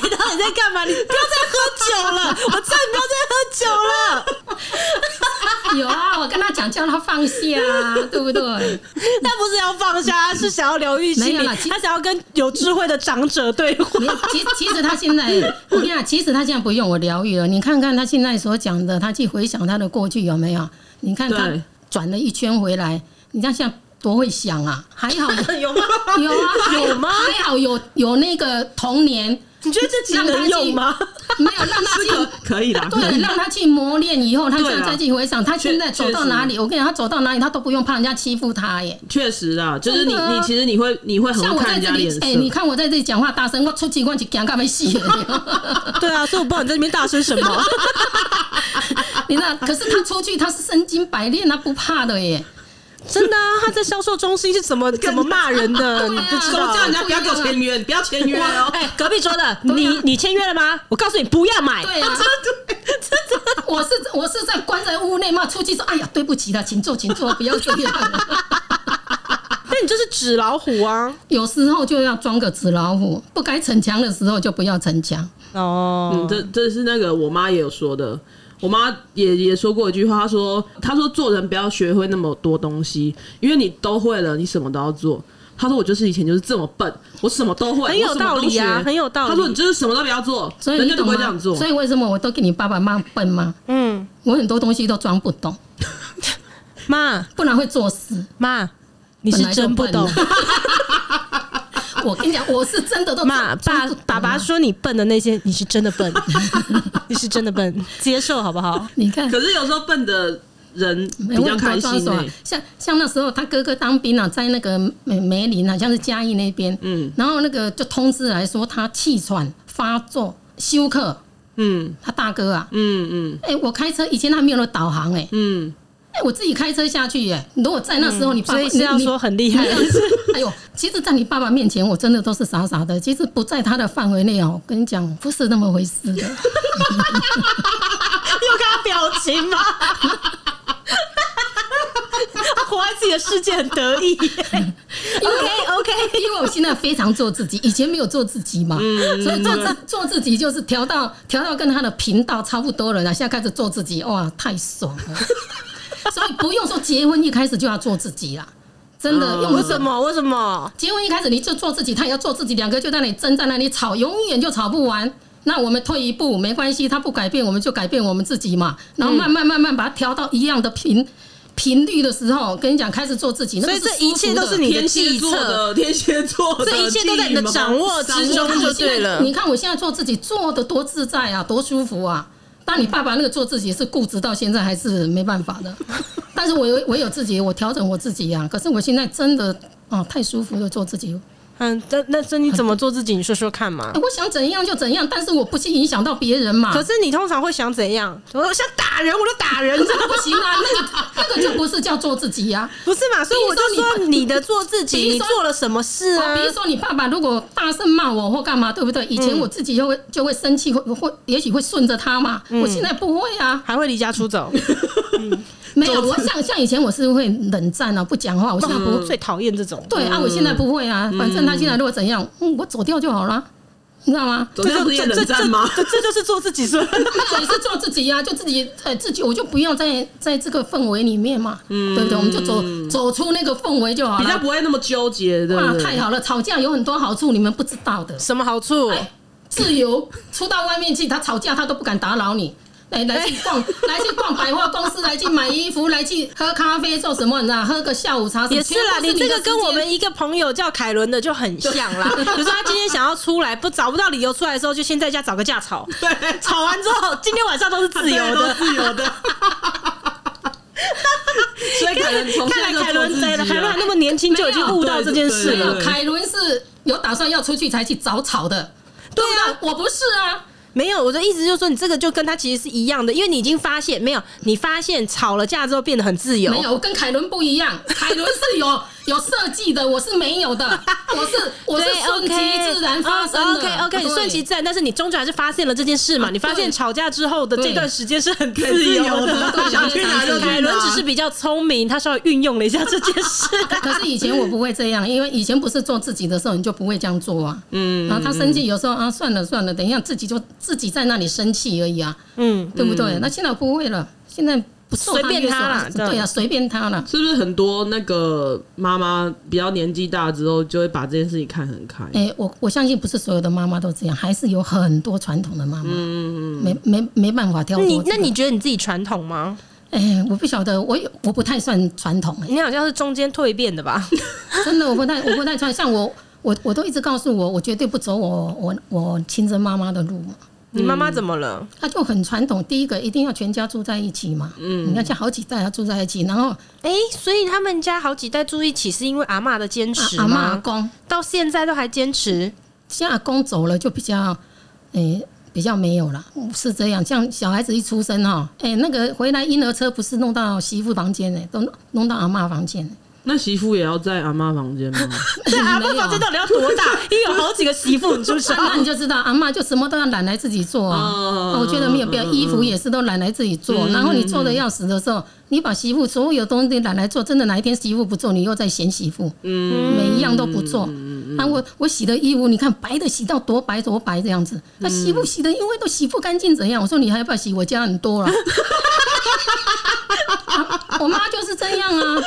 [SPEAKER 3] 底在干嘛？你不要再喝酒了！我叫你不要 再喝酒了。
[SPEAKER 1] 有啊，我跟他讲，叫他放下啊，对不对？
[SPEAKER 3] 他不是要放下，他是想要疗愈心
[SPEAKER 1] 没有
[SPEAKER 3] 灵，
[SPEAKER 1] 啦其
[SPEAKER 3] 他想要跟有智慧的长者对话。
[SPEAKER 1] 没有其其实他现在，我跟你讲，其实他现在不用我疗愈了。你看看他现在所讲的，他去回想他的过去有没有？你看他
[SPEAKER 2] 对
[SPEAKER 1] 转了一圈回来，你看现在多会想啊！还好
[SPEAKER 3] 有吗？
[SPEAKER 1] 有啊，
[SPEAKER 3] 有吗
[SPEAKER 1] 还好有有那个童年，
[SPEAKER 3] 你觉得 这集
[SPEAKER 1] 让他
[SPEAKER 3] 能
[SPEAKER 1] 去
[SPEAKER 3] 用吗？
[SPEAKER 1] 没有让他
[SPEAKER 2] 可
[SPEAKER 1] 去。
[SPEAKER 2] 可以啦，可
[SPEAKER 1] 对，
[SPEAKER 2] 以
[SPEAKER 1] 让他去磨练以后，他现
[SPEAKER 2] 啊对
[SPEAKER 1] 在
[SPEAKER 2] 啦
[SPEAKER 1] 再去回想，他现在
[SPEAKER 2] 确
[SPEAKER 1] 走到哪里？我跟你讲，他走到哪里，他都不用怕人家欺负他耶。
[SPEAKER 2] 确实啦，就是你
[SPEAKER 1] 真的啊
[SPEAKER 2] 你其实你会你会很
[SPEAKER 1] 像
[SPEAKER 2] 会
[SPEAKER 1] 我
[SPEAKER 2] 看
[SPEAKER 1] 在
[SPEAKER 2] 人
[SPEAKER 1] 这
[SPEAKER 2] 家
[SPEAKER 1] 里
[SPEAKER 2] 脸，色
[SPEAKER 1] 哎、，你看我在这里讲话大声，我出去我就讲干没 戏了。
[SPEAKER 3] 对啊，所以我不知道你在那边大声什 么。
[SPEAKER 1] 你那可是他出去，他是身经百炼，他不怕的耶。
[SPEAKER 3] 真的啊，他在销售中心是怎么怎么骂人的？你
[SPEAKER 1] 对啊
[SPEAKER 3] 不知
[SPEAKER 2] 怎么
[SPEAKER 3] 道
[SPEAKER 2] 叫。人家不要给我签约，你不要签约哦。
[SPEAKER 3] 哎，隔 壁桌的，你你签约了吗？我告诉你，不要买。
[SPEAKER 1] 对啊，我是我是在关在屋内嘛，出去说，哎呀，对不起啦，请坐，请坐，不要这样。
[SPEAKER 3] 那你就是纸老虎啊！
[SPEAKER 1] 有时候就要装个纸老虎，不该逞强的时候就不要逞强。
[SPEAKER 3] 哦
[SPEAKER 2] 嗯，，这这是那个我妈也有说的，我妈也也说过一句话，她说她说做人不要学会那么多东西，因为你都会了，你什么都要做。她说我就是以前就是这么笨，我什么都会，
[SPEAKER 3] 很有
[SPEAKER 2] 我什么都
[SPEAKER 3] 道理啊
[SPEAKER 2] 学
[SPEAKER 3] 很有道理
[SPEAKER 2] 她说你就是什么都不要做，
[SPEAKER 1] 所以
[SPEAKER 2] 人
[SPEAKER 1] 你
[SPEAKER 2] 家就
[SPEAKER 1] 懂
[SPEAKER 2] 不
[SPEAKER 1] 吗
[SPEAKER 2] 会这样做。
[SPEAKER 1] 所以为什么我都给你爸爸妈妈笨吗？
[SPEAKER 3] 嗯，
[SPEAKER 1] 我很多东西都装不懂，
[SPEAKER 3] 妈
[SPEAKER 1] 不然会作死。
[SPEAKER 3] 妈，你是真不懂
[SPEAKER 1] 本来。就笨啊。 我跟你讲，我是真的 都
[SPEAKER 3] 妈，
[SPEAKER 1] 装
[SPEAKER 3] 爸
[SPEAKER 1] 不懂啊
[SPEAKER 3] 爸爸说你笨的那些，你是真的笨， 你是真的笨，接受好不好？
[SPEAKER 1] 你看，哎
[SPEAKER 2] 可是有时候笨的人
[SPEAKER 3] 哎
[SPEAKER 1] 没
[SPEAKER 2] 比较开
[SPEAKER 1] 装
[SPEAKER 2] 心欸
[SPEAKER 1] 什
[SPEAKER 3] 啊
[SPEAKER 2] 呢、
[SPEAKER 1] 么？啊像像那时候他哥哥当兵啊，在那个梅梅林啊，像是嘉义那边，
[SPEAKER 2] 嗯
[SPEAKER 1] 然后那个就通知来说他气喘发作休克，
[SPEAKER 2] 嗯
[SPEAKER 1] 他大哥啊，
[SPEAKER 2] 嗯嗯
[SPEAKER 1] 哎、我开车以前他没有了导航哎、
[SPEAKER 2] 嗯，
[SPEAKER 1] 哎、我自己开车下去耶、如果在那时候你爸爸，
[SPEAKER 3] 嗯所以是要
[SPEAKER 1] 你
[SPEAKER 3] 说很厉害
[SPEAKER 1] 你哎呦，其实，在你爸爸面前，我真的都是傻傻的。其实不在他的范围内哦，我跟你讲，不是那么回事的。
[SPEAKER 3] 你有看他表情吗？他活在自己的世界，很得意。OK OK，
[SPEAKER 1] 因为我现在非常做自己，以前没有做自己嘛，
[SPEAKER 3] 嗯
[SPEAKER 1] 所以做自做自己就是调到调到跟他的频道差不多了啦。现在开始做自己，哇，太爽了！ 所以不用说结婚一开始就要做自己啦，真的
[SPEAKER 2] 嗯
[SPEAKER 1] 用
[SPEAKER 3] 为
[SPEAKER 1] 不
[SPEAKER 3] 什
[SPEAKER 1] 着。
[SPEAKER 3] 么？为什么？
[SPEAKER 1] 结婚一开始你就做自己，他也要做自己，两个就在那里争，在那里吵，永远就吵不完。那我们退一步没关系，他不改变，我们就改变我们自己嘛。
[SPEAKER 3] 嗯
[SPEAKER 1] 然后慢慢慢慢把它调到一样的频频率的时候，跟你讲，开始做自己，那
[SPEAKER 3] 所
[SPEAKER 1] 个
[SPEAKER 3] 以
[SPEAKER 1] 是
[SPEAKER 3] 这一
[SPEAKER 1] 舒
[SPEAKER 3] 切
[SPEAKER 1] 服
[SPEAKER 3] 都
[SPEAKER 1] 的
[SPEAKER 3] 是你的
[SPEAKER 2] 天
[SPEAKER 3] 计
[SPEAKER 2] 蝎座
[SPEAKER 3] 策。
[SPEAKER 2] 的天蝎座的计谋，
[SPEAKER 3] 这一切都在你的掌握之中
[SPEAKER 1] 你看我
[SPEAKER 3] 就对
[SPEAKER 1] 现在
[SPEAKER 3] 了
[SPEAKER 1] 你看我现在做自己做的多自在啊，多舒服啊！但你爸爸那个做自己是固执到现在还是没办法的，但是我有我有自己，我调整我自己啊。可是我现在真的啊太舒服了，做自己、
[SPEAKER 3] 嗯，那那这你怎么做自己？你说说看嘛
[SPEAKER 1] 哎。我想怎样就怎样，但是我不去影响到别人嘛。
[SPEAKER 3] 可是你通常会想怎样？我想打人，我就打人，
[SPEAKER 1] 这个不行啊，那个那个就不是叫做自己啊呀、
[SPEAKER 3] 不是嘛？所以我就说你的做自己，
[SPEAKER 1] 比如
[SPEAKER 3] 你
[SPEAKER 1] 说
[SPEAKER 3] 做了什么事
[SPEAKER 1] 哦
[SPEAKER 3] 啊
[SPEAKER 1] 比？如说你爸爸如果大声骂我或干嘛，对不对？以前
[SPEAKER 3] 嗯
[SPEAKER 1] 我自己就会、就会生气，会会也许会顺着他嘛。
[SPEAKER 3] 嗯
[SPEAKER 1] 我现在不会啊，
[SPEAKER 3] 还会离家出走，
[SPEAKER 1] 没有，我像像以前我是会冷战啊，不讲话，
[SPEAKER 3] 哦
[SPEAKER 1] 我现在不、
[SPEAKER 3] 我最讨厌这种。
[SPEAKER 1] 对啊，我现在不会啊，
[SPEAKER 3] 嗯
[SPEAKER 1] 反正他现在如果怎样，嗯，我走掉就好了，你知道 吗？
[SPEAKER 2] 走向不是也冷战吗？
[SPEAKER 3] 这这这就是做自己说。
[SPEAKER 1] 那也是做自己啊，就自己呃自己，我就不要在在这个氛围里面嘛，
[SPEAKER 3] 嗯
[SPEAKER 1] 对不对？我们就走走出那个氛围就好
[SPEAKER 2] 比较
[SPEAKER 1] 了。
[SPEAKER 2] 不会那么纠结，对
[SPEAKER 1] 哇
[SPEAKER 2] 不，对？
[SPEAKER 1] 太好了，吵架有很多好处，你们不知道的。
[SPEAKER 3] 什么好处？
[SPEAKER 1] 哎自由， 出到外面去，他吵架他都不敢打扰你。来来去 逛，来去逛百货公司，来去买衣服，来去喝咖啡，做什么？你知道，喝个下午茶什么。
[SPEAKER 3] 也是啦，
[SPEAKER 1] 全部是
[SPEAKER 3] 你这
[SPEAKER 1] 的
[SPEAKER 3] 个跟我
[SPEAKER 1] 时间
[SPEAKER 3] 们一个朋友叫凯伦的就很像 啦。比如说他今天想要出来，不找不到理由出来的时候，就先在家找个架吵，
[SPEAKER 2] 对，
[SPEAKER 3] 吵完之后，今天晚上都是自由 的。
[SPEAKER 2] 自由的。所以凯伦从
[SPEAKER 3] 看来
[SPEAKER 2] 现在就
[SPEAKER 3] 凯
[SPEAKER 2] 做
[SPEAKER 3] 伦
[SPEAKER 2] 自己
[SPEAKER 3] 在了，凯伦
[SPEAKER 2] 了
[SPEAKER 3] 还。那么年轻就已经悟到这件事
[SPEAKER 1] 没
[SPEAKER 3] 了。
[SPEAKER 1] 有，呃凯伦是有打算要出去才去找草的。
[SPEAKER 3] 对啊
[SPEAKER 1] 不我不是啊，
[SPEAKER 3] 没有，我的意思就是说，你这个就跟他其实是一样的，因为你已经发现没有，你发现吵了架之后变得很自由。
[SPEAKER 1] 没有，我跟凯伦不一样。凯伦是有有设计的，我是没 有的，我是我是
[SPEAKER 3] 对
[SPEAKER 1] 顺其自然发生的。
[SPEAKER 3] OK 哦 OK，你
[SPEAKER 1] 对
[SPEAKER 3] 顺其自然，但是你终究还是发现了这件事嘛？
[SPEAKER 1] 啊
[SPEAKER 3] 你发现
[SPEAKER 1] 对
[SPEAKER 3] 吵架之后的这
[SPEAKER 1] 对
[SPEAKER 3] 段时间是很
[SPEAKER 2] 很
[SPEAKER 3] 自
[SPEAKER 2] 自
[SPEAKER 3] 由
[SPEAKER 2] 由
[SPEAKER 3] 的。
[SPEAKER 2] 的，想去哪就去哪。
[SPEAKER 3] 凯伦只是比较聪明，他稍微运用了一下这件事。
[SPEAKER 1] 可是以前我不会这样，因为以前不是做自己的时候，你就不会这样做啊。嗯，然后他生气，有时候啊，算了算了，等一下自己就自己在那里生气而已啊，
[SPEAKER 3] 嗯，
[SPEAKER 1] 对不对？那现在不会了，现在不受
[SPEAKER 3] 随便
[SPEAKER 1] 约束
[SPEAKER 3] 他啦
[SPEAKER 1] 啊
[SPEAKER 3] 这样
[SPEAKER 1] 对啊，随便他了。
[SPEAKER 2] 是不是很多那个妈妈比较年纪大之后，就会把这件事情看很开？
[SPEAKER 1] 哎、我我相信不是所有的妈妈都这样，还是有很多传统的妈妈，嗯嗯没没没办法跳脱这
[SPEAKER 3] 你
[SPEAKER 1] 个。
[SPEAKER 3] 那你觉得你自己传统吗？
[SPEAKER 1] 哎、我不晓得，我有我不太算传统、哎，
[SPEAKER 3] 你好像是中间蜕变的吧？
[SPEAKER 1] 真的我不太我不太算，像我我我都一直告诉我，我绝对不走我我我亲生妈妈的路嘛。
[SPEAKER 3] 你妈妈怎么了？
[SPEAKER 1] 他就很传统，第一个一定要全家住在一起嘛，嗯，你看像好几代要住在一起，然后
[SPEAKER 3] 哎、所以他们家好几代住一起是因为啊阿嬷的坚持
[SPEAKER 1] 阿阿妈阿
[SPEAKER 3] 吗？
[SPEAKER 1] 公，
[SPEAKER 3] 到现在都还坚持。
[SPEAKER 1] 像阿公走了就比较，诶、比较没有了，是这样。像小孩子一出生哈，诶、那个回来婴儿车不是弄到媳妇房间呢、都弄弄到阿妈房间、
[SPEAKER 2] 那媳妇也要在阿妈房间吗？
[SPEAKER 3] 对啊阿嬷
[SPEAKER 1] 没有
[SPEAKER 3] 房间到底要多大？因 为有好几个媳妇，你知不知
[SPEAKER 1] 啊
[SPEAKER 3] 道
[SPEAKER 1] 那？你就知道阿妈就什么都要揽来自己做啊。
[SPEAKER 3] 哦
[SPEAKER 2] 嗯
[SPEAKER 1] 啊我觉得没有必要，衣服也是都揽来自己做。然后你做的要死的时候，你把媳妇所有东西揽来做，真的哪一天媳妇不做，你又在嫌媳妇。嗯，每一样都不做。啊，我我洗的衣服，你看白的洗到多白多白这样子，那洗不洗的，因为都洗不干净怎样？我说你还要不要洗？我家很多 了。啊我妈就是这样啊，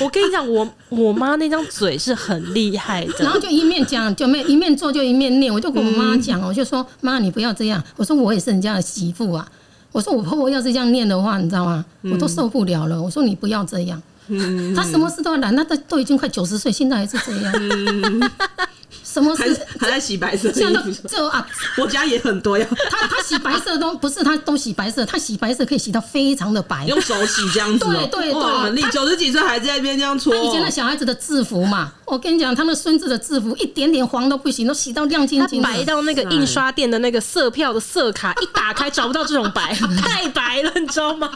[SPEAKER 3] 我跟你讲，我我妈那张嘴是很厉害
[SPEAKER 1] 然
[SPEAKER 3] 的。
[SPEAKER 1] 后就一面讲，就没有一面做就一面念。我就跟我妈讲，哦我就说妈，你不要这样。我说我也是人家的媳妇啊。我说我婆婆要是这样念的话，你知道吗？我都受不了了。我说你不要这样。她什么事都要揽，那都都已经快九十岁，现在还是这样。 什么事
[SPEAKER 2] 还还在洗白色的
[SPEAKER 1] 现在都
[SPEAKER 2] 衣服？
[SPEAKER 1] 这啊？
[SPEAKER 2] 我家也很多呀，
[SPEAKER 1] 她她洗白色都不是，她都洗白色，她洗白色可以洗到非常的白。
[SPEAKER 2] 用手洗这样子哦。
[SPEAKER 1] 对对对
[SPEAKER 2] 哇，很厉
[SPEAKER 1] 他
[SPEAKER 2] 九十几岁还在那边这样搓
[SPEAKER 1] 她。以前那小孩子的制服嘛，我跟你讲，他们孙子的制服一点点黄都不行，都洗到亮晶
[SPEAKER 3] 她
[SPEAKER 1] 晶的。
[SPEAKER 3] 白到那个印刷店的那个色票的色卡一打开找不到这种 白，太白了，你知道吗？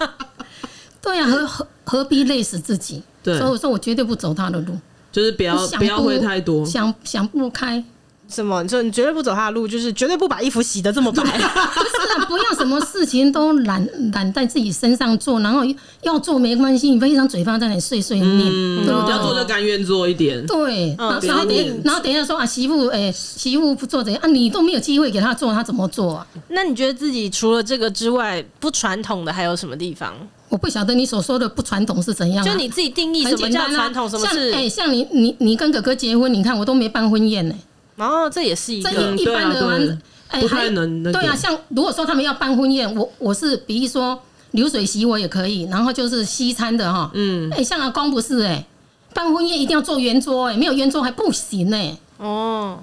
[SPEAKER 1] 对呀、何何何必累死自己？
[SPEAKER 2] 对
[SPEAKER 1] 所以我说我绝对不走他的路，
[SPEAKER 2] 就是不要
[SPEAKER 1] 你想
[SPEAKER 2] 不要会太多，
[SPEAKER 1] 想想不开，
[SPEAKER 3] 什么？你说你绝对不走她的路，就是绝对不把衣服洗的这么白。
[SPEAKER 1] 不是啊，不要什么事情都 揽揽在自己身上做，然后要做没关系，你非常嘴巴在那里碎碎念，对不
[SPEAKER 2] 嗯不要做就
[SPEAKER 1] 对？
[SPEAKER 2] 甘愿做一点。
[SPEAKER 1] 对，然
[SPEAKER 3] 嗯
[SPEAKER 1] 后
[SPEAKER 3] 不要
[SPEAKER 1] 然后等一
[SPEAKER 3] 念
[SPEAKER 1] 然后等一下说啊，媳妇，哎，媳妇不做怎样啊？你都没有机会给他做，他怎么做啊？
[SPEAKER 3] 那你觉得自己除了这个之外，不传统的还有什么地方？
[SPEAKER 1] 我不晓得你所说的不传统是怎样啊、
[SPEAKER 3] 就你自己定义
[SPEAKER 1] 很
[SPEAKER 3] 什么
[SPEAKER 1] 简
[SPEAKER 3] 叫
[SPEAKER 1] 单啊
[SPEAKER 3] 传统，什么
[SPEAKER 1] 像
[SPEAKER 3] 是
[SPEAKER 1] 哎、像你你你跟哥哥结婚，你看我都没办婚宴呢、
[SPEAKER 3] 哦，这也是一
[SPEAKER 1] 这
[SPEAKER 3] 个
[SPEAKER 1] 一一般的
[SPEAKER 2] 对啊对
[SPEAKER 1] 玩
[SPEAKER 2] 啊，
[SPEAKER 1] 哎
[SPEAKER 2] 不太
[SPEAKER 1] 还
[SPEAKER 2] 能那个
[SPEAKER 1] 对啊，像如果说他们要办婚宴，我我是比喻说流水席我也可以，然后就是西餐的哈，嗯，哎，像阿公不是哎、办婚宴一定要做圆桌哎、没有圆桌还不行哎、
[SPEAKER 3] 哦。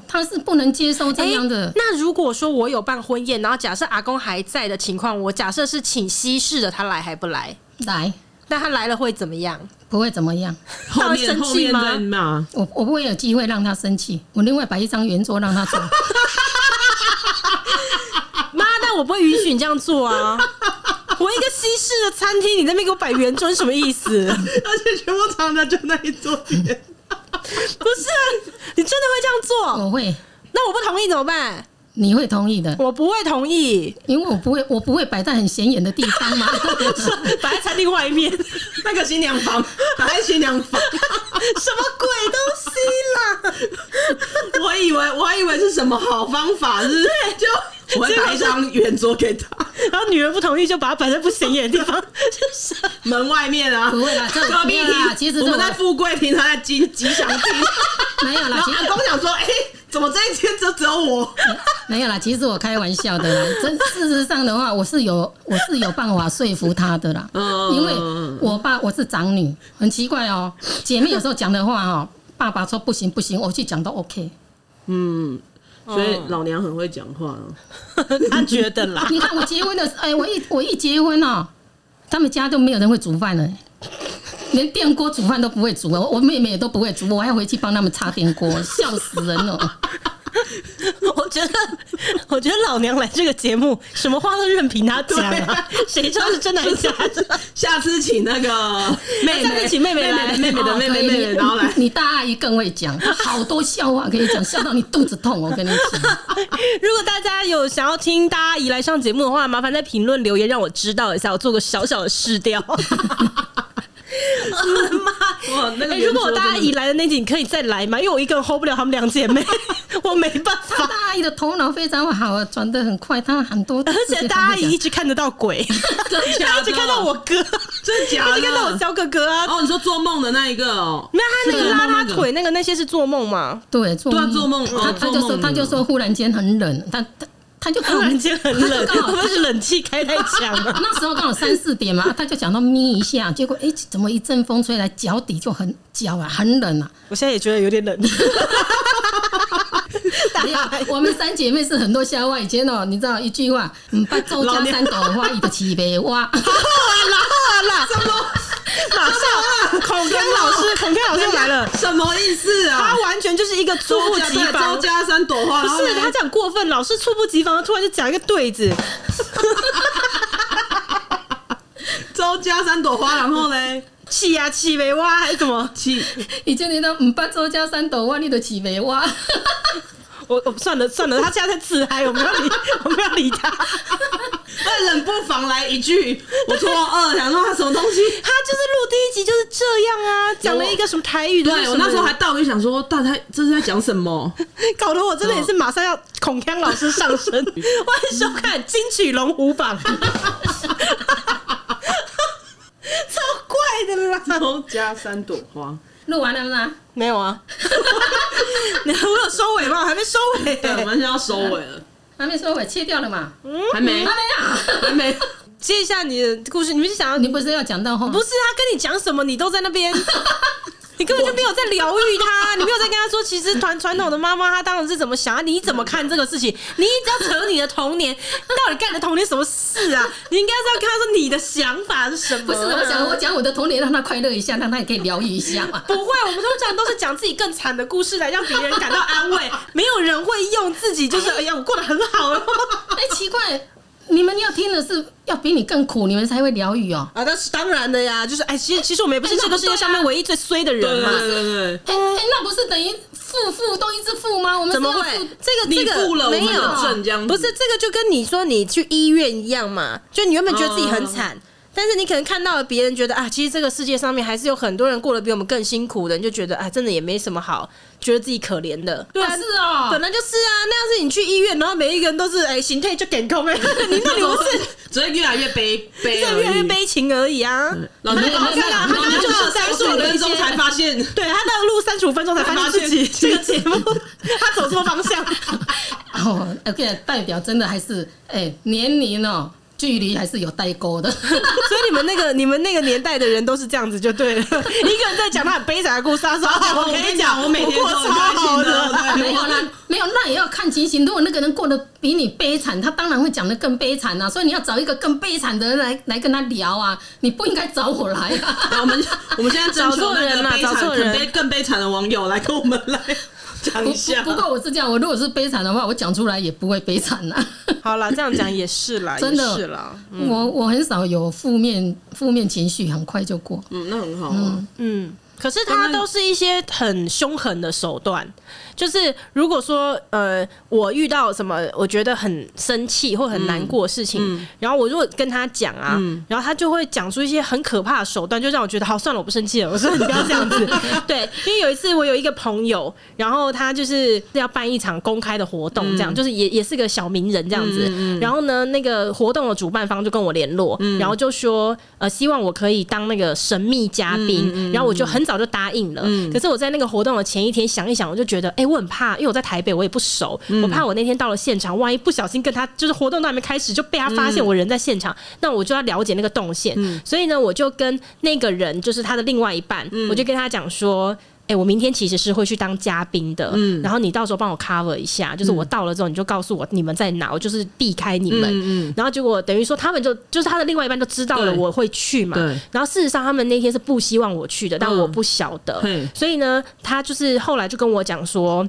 [SPEAKER 1] 他是不能接受这样的
[SPEAKER 3] 诶。那如果说我有办婚宴，然后假设阿公还在的情况，我假设是请西式的，他来还不来？
[SPEAKER 2] 哎
[SPEAKER 1] 来，
[SPEAKER 3] 那他来了会怎么样？
[SPEAKER 1] 不会怎么样，
[SPEAKER 2] 后
[SPEAKER 3] 他
[SPEAKER 2] 面
[SPEAKER 3] 会生
[SPEAKER 2] 后
[SPEAKER 3] 气
[SPEAKER 2] 面
[SPEAKER 3] 吗
[SPEAKER 2] 再骂，
[SPEAKER 1] 我我不会有机会让他生气，我另外摆一张圆桌让他 坐，
[SPEAKER 3] 妈，但我不会允许你这样做啊！ 我一个西式的餐厅，你在那边给我摆圆桌，什么意思？
[SPEAKER 2] 而且全部藏在就那一桌边。
[SPEAKER 3] 不是啊，你真的会这样做？
[SPEAKER 1] 我会，
[SPEAKER 3] 那我不同意怎么办？
[SPEAKER 1] 你会同意的，
[SPEAKER 3] 我不会同意，
[SPEAKER 1] 因为我不会我不会摆在很显眼的地方嘛。
[SPEAKER 3] 摆在餐厅外面， 什
[SPEAKER 2] 那个新娘 房，打在新娘房，
[SPEAKER 3] 么鬼东西啦？
[SPEAKER 2] 我以为我还以为是什么好方法，是不是？就我会摆一张圆桌给他，
[SPEAKER 3] 然后女人不同意，就把它摆在不显眼的地方， 就是
[SPEAKER 2] 门外面啊，
[SPEAKER 1] 不会啦这
[SPEAKER 2] 隔壁
[SPEAKER 1] 没有啦
[SPEAKER 2] 厅，
[SPEAKER 1] 其实这
[SPEAKER 2] 我们
[SPEAKER 1] 我
[SPEAKER 2] 在富贵厅，他在吉吉祥厅，
[SPEAKER 1] 没有啦
[SPEAKER 2] 然，
[SPEAKER 1] 其
[SPEAKER 2] 后
[SPEAKER 1] 实
[SPEAKER 2] 阿公想说，哎、怎么这一天就只有我？
[SPEAKER 1] 没有啦，其实我开玩笑的啦。 真事实上的话，我是有我是有办法说服他的啦，
[SPEAKER 2] 嗯
[SPEAKER 1] 因为我爸我是长女，很奇怪哦、姐妹有时候讲的话哦、爸爸说不行不行，我去讲都 OK。
[SPEAKER 2] 嗯，所以老娘很会讲话、啊。
[SPEAKER 3] 他觉得啦。
[SPEAKER 1] 你看我结婚的时候，哎、我一我一结婚哦、他们家都没有人会煮饭了、连电锅哦煮饭都不会煮了，我妹妹也都不会煮，我还要回去帮他们擦电锅，笑死人了。哦
[SPEAKER 3] 我觉得，我觉得老娘来这个节目，什么话都任凭她讲
[SPEAKER 2] 对
[SPEAKER 3] 啊
[SPEAKER 2] 啊，
[SPEAKER 3] 谁知道是真的还是假的？
[SPEAKER 2] 下次请那 个妹
[SPEAKER 3] 下次
[SPEAKER 2] 妹，哦
[SPEAKER 3] 请妹妹来
[SPEAKER 2] 妹妹的妹妹的妹妹，然后来。
[SPEAKER 1] 哦你大阿姨更会讲，她好多笑话可以讲，笑到你肚子痛。我跟你讲，
[SPEAKER 3] 如果大家有想要听大阿姨来上节目的话，麻烦在评论留言让我知道一下，我做个小小的试调。我的妈！
[SPEAKER 2] 哇，那个
[SPEAKER 3] 哎、
[SPEAKER 2] 圆
[SPEAKER 3] 如果我
[SPEAKER 2] 桌
[SPEAKER 3] 大
[SPEAKER 2] 真
[SPEAKER 3] 阿
[SPEAKER 2] 的
[SPEAKER 3] 姨来的那集，你 可以再来吗？因为我一个人 hold 不了她们两姐妹，我没办
[SPEAKER 1] 她
[SPEAKER 3] 法。
[SPEAKER 1] 大阿姨的头脑非常好，转得很快，她很多。
[SPEAKER 3] 而且大阿姨一直看得到鬼，
[SPEAKER 2] 真的 假
[SPEAKER 3] 她
[SPEAKER 2] 的
[SPEAKER 3] 一直看到我哥，
[SPEAKER 2] 真的假
[SPEAKER 3] 她一直看到我
[SPEAKER 2] 的？
[SPEAKER 3] 小哥哥啊。
[SPEAKER 2] 哦，你说做梦的那一个哦，
[SPEAKER 3] 没有，她那个
[SPEAKER 2] 是
[SPEAKER 3] 拉她
[SPEAKER 2] 那个
[SPEAKER 3] 腿那个那些是做梦吗？
[SPEAKER 1] 对做
[SPEAKER 2] 对啊做梦
[SPEAKER 1] 她
[SPEAKER 2] 哦
[SPEAKER 1] 她
[SPEAKER 2] 做
[SPEAKER 1] 就说
[SPEAKER 2] 梦
[SPEAKER 1] 她就说忽然间很冷，她她她 就
[SPEAKER 3] 突
[SPEAKER 1] 突
[SPEAKER 3] 然间很冷，
[SPEAKER 1] 她就刚
[SPEAKER 3] 会
[SPEAKER 1] 好
[SPEAKER 3] 不会是冷气开太强了？
[SPEAKER 1] 那时候刚好三四点嘛，啊他就想到眯一下，结果哎、诶怎么一阵风吹来，脚底就很脚啊，很冷 啊。
[SPEAKER 3] 我现在也觉得有点 冷。大
[SPEAKER 1] 没有
[SPEAKER 3] 阿姨，
[SPEAKER 1] 我们三姐妹是很多笑话，以前哦，你知道一句话，嗯，把周家三朵花，一个七杯花。
[SPEAKER 3] 马上，孔锵老师， 孔锵老师来了，
[SPEAKER 2] 什么意思啊
[SPEAKER 3] 他？完全就是一个猝不及
[SPEAKER 2] 对周
[SPEAKER 3] 防。
[SPEAKER 2] 家山朵花，
[SPEAKER 3] 不
[SPEAKER 2] 然后
[SPEAKER 3] 是
[SPEAKER 2] 呢
[SPEAKER 3] 他讲过分，老师猝不及防，突然就讲一个对子，
[SPEAKER 2] 周家山朵花，然后嘞，
[SPEAKER 3] 气呀气没哇还是什么？
[SPEAKER 2] 起
[SPEAKER 1] 以前你都嗯，把周家三朵花，你的七杯花。
[SPEAKER 3] 我我算了算了，他现在在自嗨，我不要 理，我不要理他。
[SPEAKER 2] 但冷不防来一句，我错愕，想说他什么
[SPEAKER 3] 他就是录
[SPEAKER 2] 东西。
[SPEAKER 3] 第一集就是这样啊，讲了一个什么台语的，
[SPEAKER 2] 对我那时候还倒回想说，大家这是在讲什么？
[SPEAKER 3] 搞得我真的也是
[SPEAKER 2] 嗯
[SPEAKER 3] 马上要孔锵老师上身。欢迎收看金曲龙虎榜， 超怪的啦！
[SPEAKER 2] 周家山朵花，
[SPEAKER 1] 录完了吗？
[SPEAKER 3] 没有啊， 你还有收尾吗？我还没收尾、
[SPEAKER 2] 对，我们现在要收尾了，
[SPEAKER 1] 还没说，我切掉了嘛？
[SPEAKER 3] 嗯
[SPEAKER 1] 还
[SPEAKER 2] 还没，
[SPEAKER 1] 没啊
[SPEAKER 2] 还没。
[SPEAKER 3] 接一下你的故事，你们是想要
[SPEAKER 1] 啊！你不是要讲到后？
[SPEAKER 3] 不是他跟你讲什么，你都在那边。 你根本就没有在疗 愈他，你没有在跟他说，其实传传统的妈妈她当然是怎么想啊，你怎么看这个事情？你一直要扯你的童年，到底干你的童年什么事啊？你应该是要跟他说你的想法是什么啊、
[SPEAKER 1] 不是，我想我讲我的童年，让他快乐一下，让他也可以疗愈一下嘛。
[SPEAKER 3] 不会，我们通常都是讲自己更惨的故事来让别人感到安慰， 没有人会用自己就是哎呀，我过得很好哦。
[SPEAKER 1] 哎、奇怪，你们要听的是要比你更苦，你们才会疗愈哦。
[SPEAKER 3] 啊，那是当然的呀，就是哎，其实其实我们也不是
[SPEAKER 1] 哎那
[SPEAKER 3] 这
[SPEAKER 1] 不
[SPEAKER 3] 个世界上面唯一最衰的
[SPEAKER 2] 对
[SPEAKER 3] 人
[SPEAKER 2] 对
[SPEAKER 3] 嘛。
[SPEAKER 2] 对对
[SPEAKER 1] 哎、哎那不是等于负负都一直负吗？我们
[SPEAKER 3] 呃怎么
[SPEAKER 1] 是要
[SPEAKER 3] 会
[SPEAKER 1] 负？
[SPEAKER 3] 欸这个
[SPEAKER 2] 你
[SPEAKER 3] 这个
[SPEAKER 2] 付了
[SPEAKER 3] 没
[SPEAKER 2] 我们
[SPEAKER 3] 有
[SPEAKER 2] 就正这样子
[SPEAKER 3] 不是这个就跟你说你去医院一样嘛，就你原本觉得自己很惨。
[SPEAKER 2] 啊
[SPEAKER 3] 但是你可能看到了别人觉得啊，其实这个世界上面还是有很多人过得比我们更辛苦的，你就觉得啊，真的也没什么好，觉得自己可怜的。对啊，
[SPEAKER 1] 是哦
[SPEAKER 3] 本来就是啊。那要是你去医院，然后每一个人都是哎，形态就给空哎，你那里不是
[SPEAKER 2] 对，只会越来越悲悲而
[SPEAKER 3] 这
[SPEAKER 2] 已，
[SPEAKER 3] 越来越悲情而已啊。
[SPEAKER 2] 老娘
[SPEAKER 1] 老娘
[SPEAKER 2] 老
[SPEAKER 1] 老
[SPEAKER 2] 娘
[SPEAKER 1] 娘
[SPEAKER 2] 就是
[SPEAKER 3] 三
[SPEAKER 2] 三
[SPEAKER 3] 十
[SPEAKER 2] 十
[SPEAKER 3] 五
[SPEAKER 2] 五
[SPEAKER 3] 分
[SPEAKER 2] 分
[SPEAKER 3] 钟
[SPEAKER 2] 钟
[SPEAKER 3] 才
[SPEAKER 2] 才发现，
[SPEAKER 3] 对他到录三十五分钟才发现自己
[SPEAKER 2] 才发现
[SPEAKER 3] 这个节目，他走错方 向。
[SPEAKER 1] 哦，OK，代表真的还是哎、年龄哦，距离还是有代沟的。
[SPEAKER 3] 所以你们那个你们那个年代的人都是这样子就对了，一个人在讲他很悲惨的故事，他说：“哎
[SPEAKER 2] 哦
[SPEAKER 3] 我
[SPEAKER 2] 我跟
[SPEAKER 3] 你
[SPEAKER 2] 你讲我每天
[SPEAKER 3] 过
[SPEAKER 2] 都
[SPEAKER 3] 超
[SPEAKER 2] 很开
[SPEAKER 3] 好
[SPEAKER 2] 心的 对
[SPEAKER 1] 没有啦，没有，那也要看情形。如果那个人过得比你悲惨，他当然会讲的更悲惨啊。所以你要找一个更悲惨的人来来跟他聊啊，你不应该找我来啊。
[SPEAKER 2] 然后我们 我们现在征求那个悲
[SPEAKER 3] 找
[SPEAKER 2] 惨
[SPEAKER 3] 错人啦
[SPEAKER 2] 更悲更悲惨的网友来跟我们来讲
[SPEAKER 1] 不
[SPEAKER 2] 一下。
[SPEAKER 1] 不不过我是这样，我如果是悲惨的话，我讲出来也不会悲惨啊。
[SPEAKER 3] 好啦，这样讲也是啦，
[SPEAKER 1] 真
[SPEAKER 3] 也
[SPEAKER 1] 的
[SPEAKER 3] 是啦。
[SPEAKER 1] 我我很少有负面负面情绪，很快就过。
[SPEAKER 2] 嗯，那很好啊。
[SPEAKER 3] 嗯，可是他都是一些很凶狠的手段，就是如果说呃，我遇到什么我觉得很生气或很难过的事情，然后我如果跟他讲啊，然后他就会讲出一些很可怕的手段，就让我觉得好算了，我不生气了。我说你不要这样子，对，因为有一次我有一个朋友，然后他就是要办一场公开的活动，这样、就是也也是个小名人这样子，然后呢，那个活动的主办方就跟我联络，然后就说呃，希望我可以当那个神秘嘉宾，然后我就很早就答应了。可是我在那个活动的前一天想一想，我就觉得，哎、我很怕，因为我在台北，我也不熟，我怕我那天到了现场，万一不小心跟他就是活动都还没开始就被他发现我人在现场，那我就要了解那个动线。所以呢，我就跟那个人，就是他的另外一半，我就跟他讲说。哎、我明天其实是会去当嘉宾的，然后你到时候帮我 cover 一下，就是我到了之后你就告诉我你们在哪，我就是避开你们。
[SPEAKER 2] 嗯嗯
[SPEAKER 3] 然后结果等于说他们就就是他的另外一半就知道了
[SPEAKER 2] 对
[SPEAKER 3] 我会去嘛
[SPEAKER 2] 嗯对，
[SPEAKER 3] 然后事实上他们那天是不希望我去的，但
[SPEAKER 2] 嗯
[SPEAKER 3] 我不晓得，
[SPEAKER 2] 嘿
[SPEAKER 3] 所以呢，他就是后来就跟我讲说。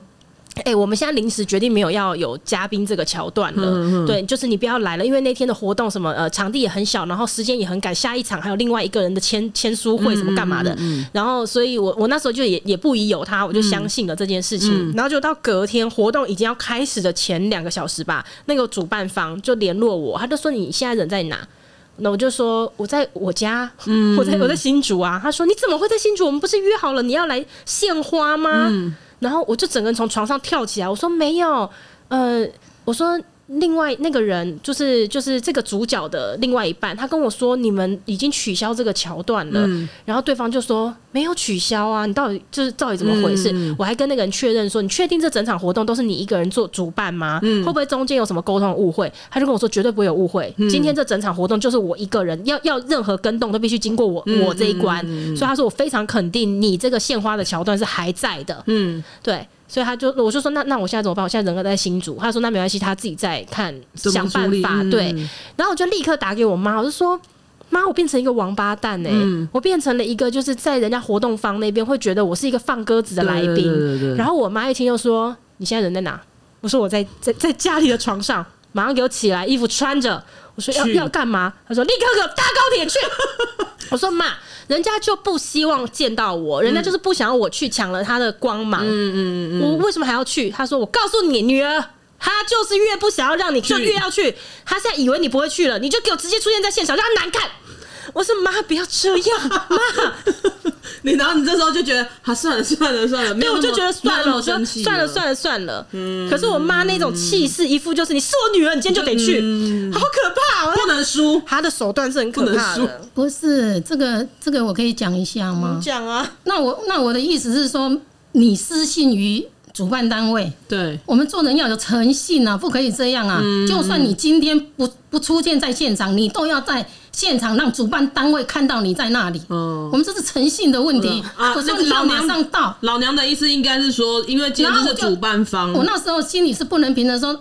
[SPEAKER 3] 哎、我们现在临时决定没有要有嘉宾这个桥段
[SPEAKER 2] 嗯
[SPEAKER 3] 了，对，就是你不要来了，因为那天的活动什么呃场地也很小，然后时间也很赶，下一场还有另外一个人的签签书
[SPEAKER 2] 嗯
[SPEAKER 3] 会什么干嘛的，然后所以我我那时候就也也不疑有他，我就
[SPEAKER 2] 嗯
[SPEAKER 3] 相信了这件事情，然后就到隔天活动已经要开始的前两个小时吧，那个主办方就联络我，他就说你现在人在哪？那我就说我在我家， 我在我在新竹啊。他说你怎么会在新竹？我们不是约好了你要来献花吗？然后我就整个人从床上跳起来，我说没有，呃，我说另外那个人就是就是这个主角的另外一半，他跟我说你们已经取消这个桥段了，然后对方就说没有取消啊，你到底就是到底怎么回事？我还跟那个人确认说，你确定这整场活动都是你一个人做主办吗？会不会中间有什么沟通误会？他就跟我说绝对不会有误会，今天这整场活动就是我一个人，要要任何跟动都必须经过我、我这一关，所以他说我非常肯定你这个献花的桥段是还在的，
[SPEAKER 2] 嗯，
[SPEAKER 3] 对，所以他就我就说那那我现在怎么办？我现在人在新竹，他说那没关系，他自己再看
[SPEAKER 2] 怎么
[SPEAKER 3] 想办
[SPEAKER 2] 处理
[SPEAKER 3] 法。
[SPEAKER 2] 嗯
[SPEAKER 3] 对，然后我就立刻打给我妈，我就说。妈，我变成一个王八蛋哎、
[SPEAKER 2] 嗯
[SPEAKER 3] 我变成了一个就是在人家活动方那边会觉得我是一个放鸽子的来宾。
[SPEAKER 2] 对对对对对
[SPEAKER 3] 然后我妈一听就说：“你现在人在哪？”我说：“我在在在家里的床上，马上给我起来，衣服穿着。”我说要
[SPEAKER 2] 去
[SPEAKER 3] 要干嘛？她说立刻给我搭高铁 去。我说妈，人家就不希望见到我，人家就是不想要我去抢了他的光芒。嗯嗯嗯，我为什么还要去？她说我告诉你，女儿。她就是越不想要让你，就越要去。她现在以为你不会去了，你就给我直接出现在现场，让她难看。我说妈，不要这样，妈，
[SPEAKER 2] 你然后你这时候就觉得啊，算了算了算了，没
[SPEAKER 3] 对，
[SPEAKER 2] 有
[SPEAKER 3] 我
[SPEAKER 2] 那么
[SPEAKER 3] 就觉得算
[SPEAKER 2] 没有那
[SPEAKER 3] 了，
[SPEAKER 2] 么
[SPEAKER 3] 我说
[SPEAKER 2] 生气嗯
[SPEAKER 3] 算了算了算了。可是我妈那种气势，一副就是你是我女儿，你今天就得去，好可怕哦！
[SPEAKER 2] 嗯不能输，
[SPEAKER 3] 她的手段是很可怕
[SPEAKER 2] 不能
[SPEAKER 3] 的。
[SPEAKER 1] 不是这个这个我可以讲一下
[SPEAKER 2] 嗯
[SPEAKER 1] 吗？
[SPEAKER 3] 讲啊，
[SPEAKER 1] 那我那我的意思是说，你失信于主办单位，
[SPEAKER 2] 对，
[SPEAKER 1] 我们做人要有诚信啊，不可以这样啊！
[SPEAKER 2] 嗯
[SPEAKER 1] 就算你今天不不出现在现场，你都要在现场让主办单位看到你在那里。
[SPEAKER 2] 嗯
[SPEAKER 1] 我们这是诚信的问题。
[SPEAKER 2] 啊
[SPEAKER 1] 我
[SPEAKER 2] 那
[SPEAKER 1] 说
[SPEAKER 2] 个
[SPEAKER 1] 你要
[SPEAKER 2] 老
[SPEAKER 1] 马
[SPEAKER 2] 娘
[SPEAKER 1] 上到，
[SPEAKER 2] 老娘的意思应该是说，因为今天
[SPEAKER 1] 然后
[SPEAKER 2] 就是
[SPEAKER 1] 我就
[SPEAKER 2] 主办方，
[SPEAKER 3] 哦
[SPEAKER 1] 我那时候心里是不能平衡说，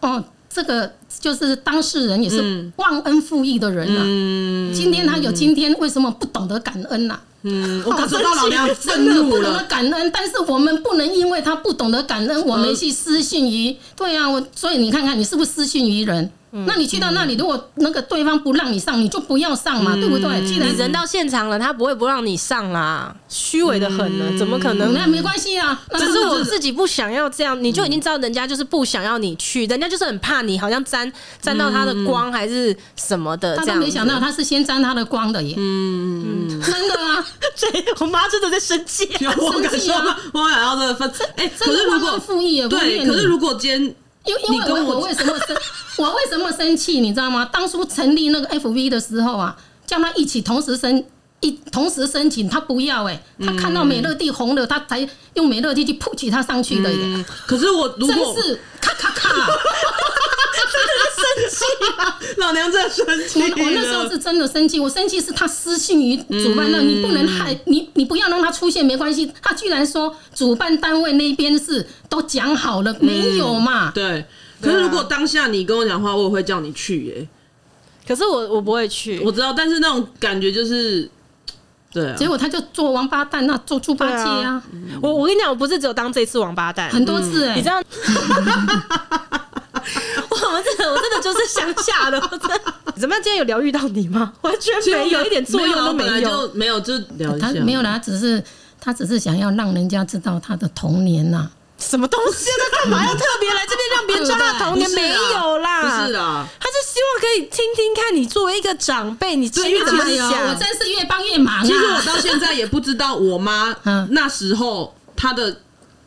[SPEAKER 1] 哦，这个就是当事人也是
[SPEAKER 2] 嗯
[SPEAKER 1] 忘恩负义的人啊。今天他有今天，为什么不懂得感恩呐、
[SPEAKER 2] 嗯，我感
[SPEAKER 3] 啊
[SPEAKER 2] 受到老娘愤
[SPEAKER 1] 真的
[SPEAKER 2] 嗯怒
[SPEAKER 1] 不懂得
[SPEAKER 2] 了，
[SPEAKER 1] 感恩，但是我们不能因为他不懂得感
[SPEAKER 2] 嗯
[SPEAKER 1] 恩，我们去失信于。对啊，我所以你看看，你是不是失信于人？
[SPEAKER 2] 嗯
[SPEAKER 1] 那你去到那里，如果那个对方不让你上，你就不要上
[SPEAKER 2] 嗯
[SPEAKER 1] 嘛，对不对？既然
[SPEAKER 3] 你人到现场了，她不会不让你上啦，虚伪的很呢，怎么可能？
[SPEAKER 1] 那没关系啊， 那
[SPEAKER 3] 只
[SPEAKER 1] 就是
[SPEAKER 3] 我自己不想要这样，你就已经知道人家就是不想要你去，人家就是很怕你，好像沾沾到他的光还是什么的
[SPEAKER 1] 他
[SPEAKER 3] 这
[SPEAKER 1] 都
[SPEAKER 3] 样。
[SPEAKER 1] 没想到，，他是先沾他的光的耶，嗯，真的啊，
[SPEAKER 3] 对我妈真的在生气。
[SPEAKER 2] 我
[SPEAKER 1] 生
[SPEAKER 2] 感
[SPEAKER 1] 气
[SPEAKER 2] 受
[SPEAKER 1] 啊
[SPEAKER 2] 到，我感到这个愤，哎，
[SPEAKER 1] 真
[SPEAKER 2] 可
[SPEAKER 1] 的
[SPEAKER 2] 是如
[SPEAKER 1] 忘恩
[SPEAKER 2] 果
[SPEAKER 1] 负义耶，我
[SPEAKER 2] 对，
[SPEAKER 1] 念
[SPEAKER 2] 可是
[SPEAKER 1] 你
[SPEAKER 2] 如果今天
[SPEAKER 1] 因因
[SPEAKER 2] 你
[SPEAKER 1] 为
[SPEAKER 2] 跟
[SPEAKER 1] 我
[SPEAKER 2] 我
[SPEAKER 1] 我为什么生我为什么生气，你知道吗？当初成立那个 FV 的时候啊，叫他一起同时申一同时申请，他不要哎、他看到美乐蒂红了，他才用美乐蒂去 push 他上去的耶，
[SPEAKER 2] 可是我嗯如
[SPEAKER 1] 真
[SPEAKER 2] 果
[SPEAKER 1] 是咔咔咔！
[SPEAKER 2] 老娘真的生气
[SPEAKER 1] 我
[SPEAKER 2] 了，
[SPEAKER 1] 我那时候是真的生气，我生气是他失信于
[SPEAKER 2] 嗯
[SPEAKER 1] 主办那，你不能害你，你不要让他出现没关系。他居然说主办单位那边是都讲好了，没有嘛？
[SPEAKER 2] 嗯对。可是如果当下你跟我讲话，我也会叫你去耶、
[SPEAKER 3] 可是我我不会去，
[SPEAKER 2] 我知道，但是那种感觉就是，对啊，
[SPEAKER 1] 结果他就做王八蛋，那做猪八戒
[SPEAKER 3] 对
[SPEAKER 1] 啊
[SPEAKER 3] 啊，我我跟你讲，我不是只有当这次王八蛋，
[SPEAKER 1] 很多次
[SPEAKER 2] 嗯
[SPEAKER 1] 哎、
[SPEAKER 3] 你知道。我们真的，我真的就是乡下的，我真的。怎么样？今天有疗愈到你 吗？完全
[SPEAKER 2] 其实
[SPEAKER 3] 没有，一点作用都没
[SPEAKER 2] 没有啊，本来
[SPEAKER 3] 有。
[SPEAKER 2] 就没有，就聊一
[SPEAKER 1] 他
[SPEAKER 2] 下，
[SPEAKER 1] 没有啦，他只是他只是想要让人家知道他的童年呐、
[SPEAKER 3] 什么东西啊？他干嘛要特别来这边让别人知道 他的童
[SPEAKER 2] 不
[SPEAKER 3] 年？
[SPEAKER 2] 是
[SPEAKER 3] 没有啦，
[SPEAKER 2] 不是
[SPEAKER 1] 啊
[SPEAKER 2] 啦，
[SPEAKER 3] 他啊是希望可以听听看你作为一个长辈，你
[SPEAKER 2] 对
[SPEAKER 3] 心
[SPEAKER 2] 因
[SPEAKER 3] 里
[SPEAKER 2] 为
[SPEAKER 3] 怎么
[SPEAKER 1] 哎呦，我
[SPEAKER 3] 想。
[SPEAKER 1] 真是越帮越忙啊！
[SPEAKER 2] 其实我到现在也不知道 我妈
[SPEAKER 1] 嗯
[SPEAKER 2] 那时候她的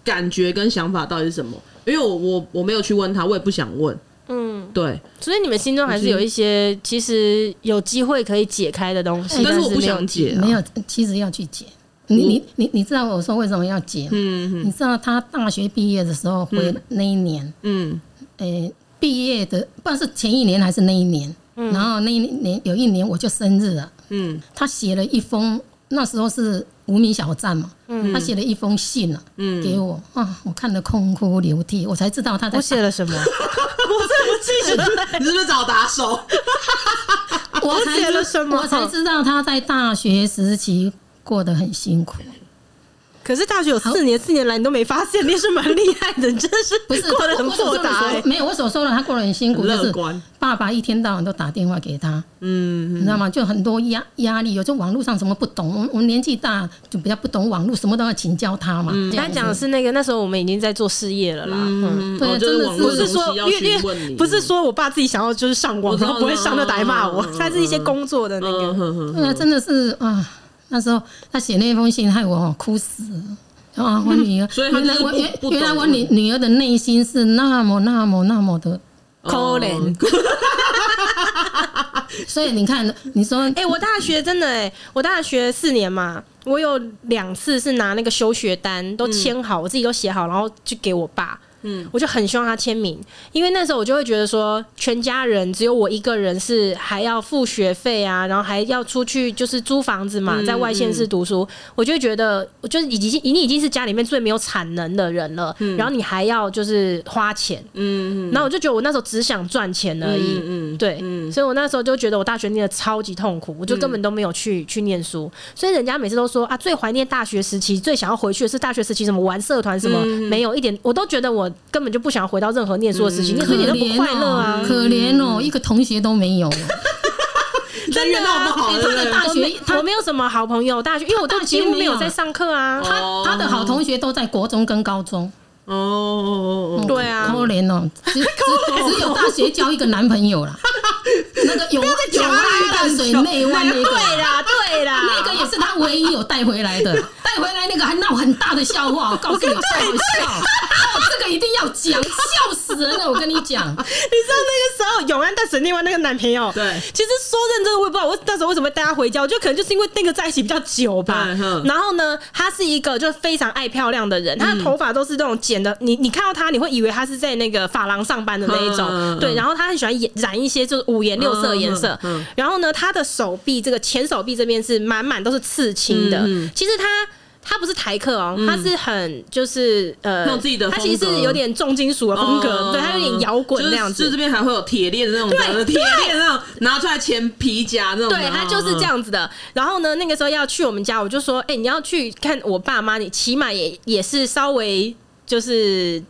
[SPEAKER 2] 感觉跟想法到底是什么，因为我我我没有去问她，我也不想问。
[SPEAKER 3] 嗯，
[SPEAKER 2] 对，
[SPEAKER 3] 所以你们心中还是有一些其实有机会可以解开的东西，
[SPEAKER 2] 但
[SPEAKER 3] 嗯是
[SPEAKER 2] 是我不
[SPEAKER 3] 没有
[SPEAKER 2] 想解啊
[SPEAKER 1] 没有，其实要去解。你
[SPEAKER 2] 我
[SPEAKER 1] 你你你知道我说为什么要解吗？
[SPEAKER 2] 嗯
[SPEAKER 1] 你知道他大学毕业的时候回那一年，
[SPEAKER 2] 嗯，
[SPEAKER 1] 诶、毕业的不知道是前一年还是那一年，然后那一年有一年我就生日了，
[SPEAKER 2] 嗯，
[SPEAKER 1] 他写了一封，那时候是无名小站嘛，他写了一封信啊，给我啊，我看得痛哭流涕，我才知道他在
[SPEAKER 3] 我写了 什么？我真的不记得。
[SPEAKER 2] 你是不是找打手？
[SPEAKER 1] 我才
[SPEAKER 3] 写
[SPEAKER 1] 知
[SPEAKER 3] 了什么
[SPEAKER 1] 我才知道他在大学时期过得很辛苦。
[SPEAKER 3] 可是大学有四年，四年来你都没发现，你也是蛮厉害的，你真的是
[SPEAKER 1] 不是
[SPEAKER 3] 过得很
[SPEAKER 1] 我所
[SPEAKER 3] 豁
[SPEAKER 1] 说的
[SPEAKER 3] 达、欸
[SPEAKER 1] 说。没有，我所说的他过得很辛苦，
[SPEAKER 2] 很乐
[SPEAKER 1] 就是
[SPEAKER 2] 观
[SPEAKER 1] 爸爸一天到晚都打电话给他，嗯，你知道吗？就很多压压力，有哦就网络上什么不懂，我们我们年纪大就比较不懂网络，什么都要请教他嘛。
[SPEAKER 2] 嗯
[SPEAKER 1] 这样
[SPEAKER 3] 他
[SPEAKER 1] 子
[SPEAKER 3] 讲的是那个那时候我们已经在做事业了啦，嗯，
[SPEAKER 2] 嗯
[SPEAKER 1] 对
[SPEAKER 2] 哦就是
[SPEAKER 1] 真的
[SPEAKER 2] 网
[SPEAKER 1] 是
[SPEAKER 2] 络
[SPEAKER 3] 不
[SPEAKER 2] 的
[SPEAKER 3] 是
[SPEAKER 2] 东
[SPEAKER 3] 说
[SPEAKER 2] 西要
[SPEAKER 3] 因为
[SPEAKER 2] 询
[SPEAKER 3] 因
[SPEAKER 2] 问
[SPEAKER 3] 为
[SPEAKER 2] 你
[SPEAKER 3] 不是说我爸自己想要就是上网，
[SPEAKER 2] 我知
[SPEAKER 3] 然
[SPEAKER 2] 道
[SPEAKER 3] 后不会上就打来骂我
[SPEAKER 2] 嗯嗯嗯，
[SPEAKER 3] 但是一些工作的那个
[SPEAKER 2] 嗯。哼哼
[SPEAKER 1] 对啊，真的是啊，那时候他写那封信害我哦哭死了啊！我女儿，
[SPEAKER 2] 所以他
[SPEAKER 1] 原
[SPEAKER 2] 就
[SPEAKER 1] 来
[SPEAKER 2] 是
[SPEAKER 1] 我
[SPEAKER 2] 不
[SPEAKER 1] 原
[SPEAKER 2] 不懂
[SPEAKER 1] 原来我女女儿的内心是那么那么那么的，
[SPEAKER 3] 可怜
[SPEAKER 2] 哦
[SPEAKER 1] 所以你看，你说
[SPEAKER 3] 哎、我大学真的哎、我大学四年嘛，我有两次是拿那个休学单都签好，我自己都写好，然后就给我爸。嗯，我就很希望他签名，因为那时候我就会觉得说，全家人只有我一个人是还要付学费啊，然后还要出去就是租房子嘛，在外县市读书，我就会觉得，我就是已经你已经是家里面最没有产能的人了，然后你还要就是花钱，
[SPEAKER 2] 嗯嗯
[SPEAKER 3] 然后我就觉得我那时候只想赚钱而已，
[SPEAKER 2] 嗯嗯
[SPEAKER 3] 对，所以我那时候就觉得我大学念的超级痛苦，
[SPEAKER 1] 嗯
[SPEAKER 3] 我就根本都没有去、去念书。所以人家每次都说啊，最怀念大学时期，最想要回去的是大学时期，什么玩社团什么，
[SPEAKER 1] 嗯
[SPEAKER 3] 没有一点，我都觉得我根本就不想回到任何念书的时期，念书
[SPEAKER 1] 嗯可
[SPEAKER 3] 一点都不
[SPEAKER 1] 怜
[SPEAKER 3] 快乐啊
[SPEAKER 1] 哦，。可怜哦，一个同学都没有。
[SPEAKER 2] 人缘闹不好
[SPEAKER 1] 哎
[SPEAKER 2] 了，
[SPEAKER 1] 他
[SPEAKER 2] 对
[SPEAKER 1] 的
[SPEAKER 2] 不
[SPEAKER 1] 大
[SPEAKER 2] 对
[SPEAKER 1] 学
[SPEAKER 3] 我没
[SPEAKER 1] 他
[SPEAKER 3] 我没有什么好朋友，大学因为我都
[SPEAKER 1] 大学
[SPEAKER 3] 几乎没
[SPEAKER 1] 没有
[SPEAKER 3] 有在上课啊。
[SPEAKER 1] 他他的好同学都在国中跟高中，
[SPEAKER 2] 哦哦哦哦，
[SPEAKER 3] 对 啊
[SPEAKER 1] 可怜哦，只只只有大学交一个男朋友 啦，那个有有
[SPEAKER 2] 讲了
[SPEAKER 1] 爱淡啊水内湾那个。
[SPEAKER 3] 对啦，对啦，
[SPEAKER 1] 那个也是他唯一有带回来 的，带回来那个还闹很大的笑话，我告诉你有多好笑，哦，这个一定要讲，笑死人了！我跟你讲，
[SPEAKER 3] 你知道那个时候永安淡水另外那个男朋友，
[SPEAKER 2] 对
[SPEAKER 3] 其实说认真的，我也不知道我那时候为什么会带他回家，我觉得可能就是因为那个在一起比较久吧
[SPEAKER 2] 嗯哼。
[SPEAKER 3] 然后呢，他是一个就非常爱漂亮的人，他的头发都是那种剪的，你你看到他，你会以为他是在那个发廊上班的那一种，
[SPEAKER 2] 嗯嗯嗯
[SPEAKER 3] 对。然后他很喜欢染染一些就是五颜六色的颜色，
[SPEAKER 2] 嗯嗯嗯
[SPEAKER 3] 然后呢，他的手臂这个前手臂这边是满满都是刺青的，
[SPEAKER 2] 嗯嗯
[SPEAKER 3] 其实他。他不是台客哦，他是很就是呃
[SPEAKER 2] 那种自己的，
[SPEAKER 3] 他其实
[SPEAKER 2] 风格
[SPEAKER 3] 是有点重金属的风格，对他有点摇滚那样
[SPEAKER 2] 哦嗯就是
[SPEAKER 3] 子
[SPEAKER 2] 这。边还会有铁链那种的，
[SPEAKER 3] 对
[SPEAKER 2] 铁链那种拿出来前皮夹那种啊的，
[SPEAKER 3] 对他就是这样子的。然后呢，那个时候要去我们家，我就说：“哎、你要去看我爸妈，你起码也也是稍微就是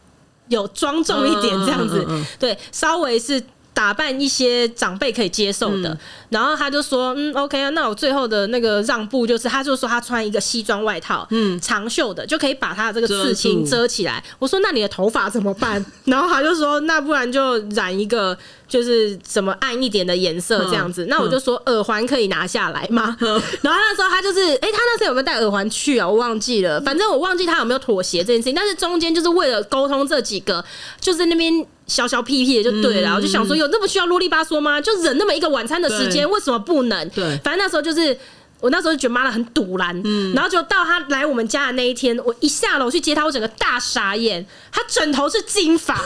[SPEAKER 3] 有庄重一点这样子，
[SPEAKER 2] 嗯嗯嗯嗯嗯
[SPEAKER 3] 对，稍微是。”打扮一些长辈可以接受的，然后他就说，嗯，OK 啊，那我最后的那个让步就是，他就说他穿一个西装外套，嗯，长袖的，就可以把他的这个
[SPEAKER 2] 遮
[SPEAKER 3] 刺青
[SPEAKER 2] 住
[SPEAKER 3] 遮起来。我说，那你的头发怎么办？然后他就说，那不然就染一个就是什么暗一点的颜色这样子。
[SPEAKER 2] 嗯
[SPEAKER 3] 那我就说，耳环可以拿下来 吗？然后那时候他就是，哎、他那时候有没有戴耳环去啊？我忘记了，反正我忘记他有没有妥协这件事情。但是中间就是为了沟通这几个，就是那边小小屁屁的就对了。
[SPEAKER 2] 嗯
[SPEAKER 3] 我就想说，有那么需要啰里吧嗦吗？就忍那么一个晚餐的时
[SPEAKER 2] 对
[SPEAKER 3] 间，为什么不能？
[SPEAKER 2] 对嗯
[SPEAKER 3] 反正那时候就是。我那时候就觉得妈的很堵然，然后就到他来我们家的那一天，我一下楼去接他，我整个大傻眼，他枕头是金 发，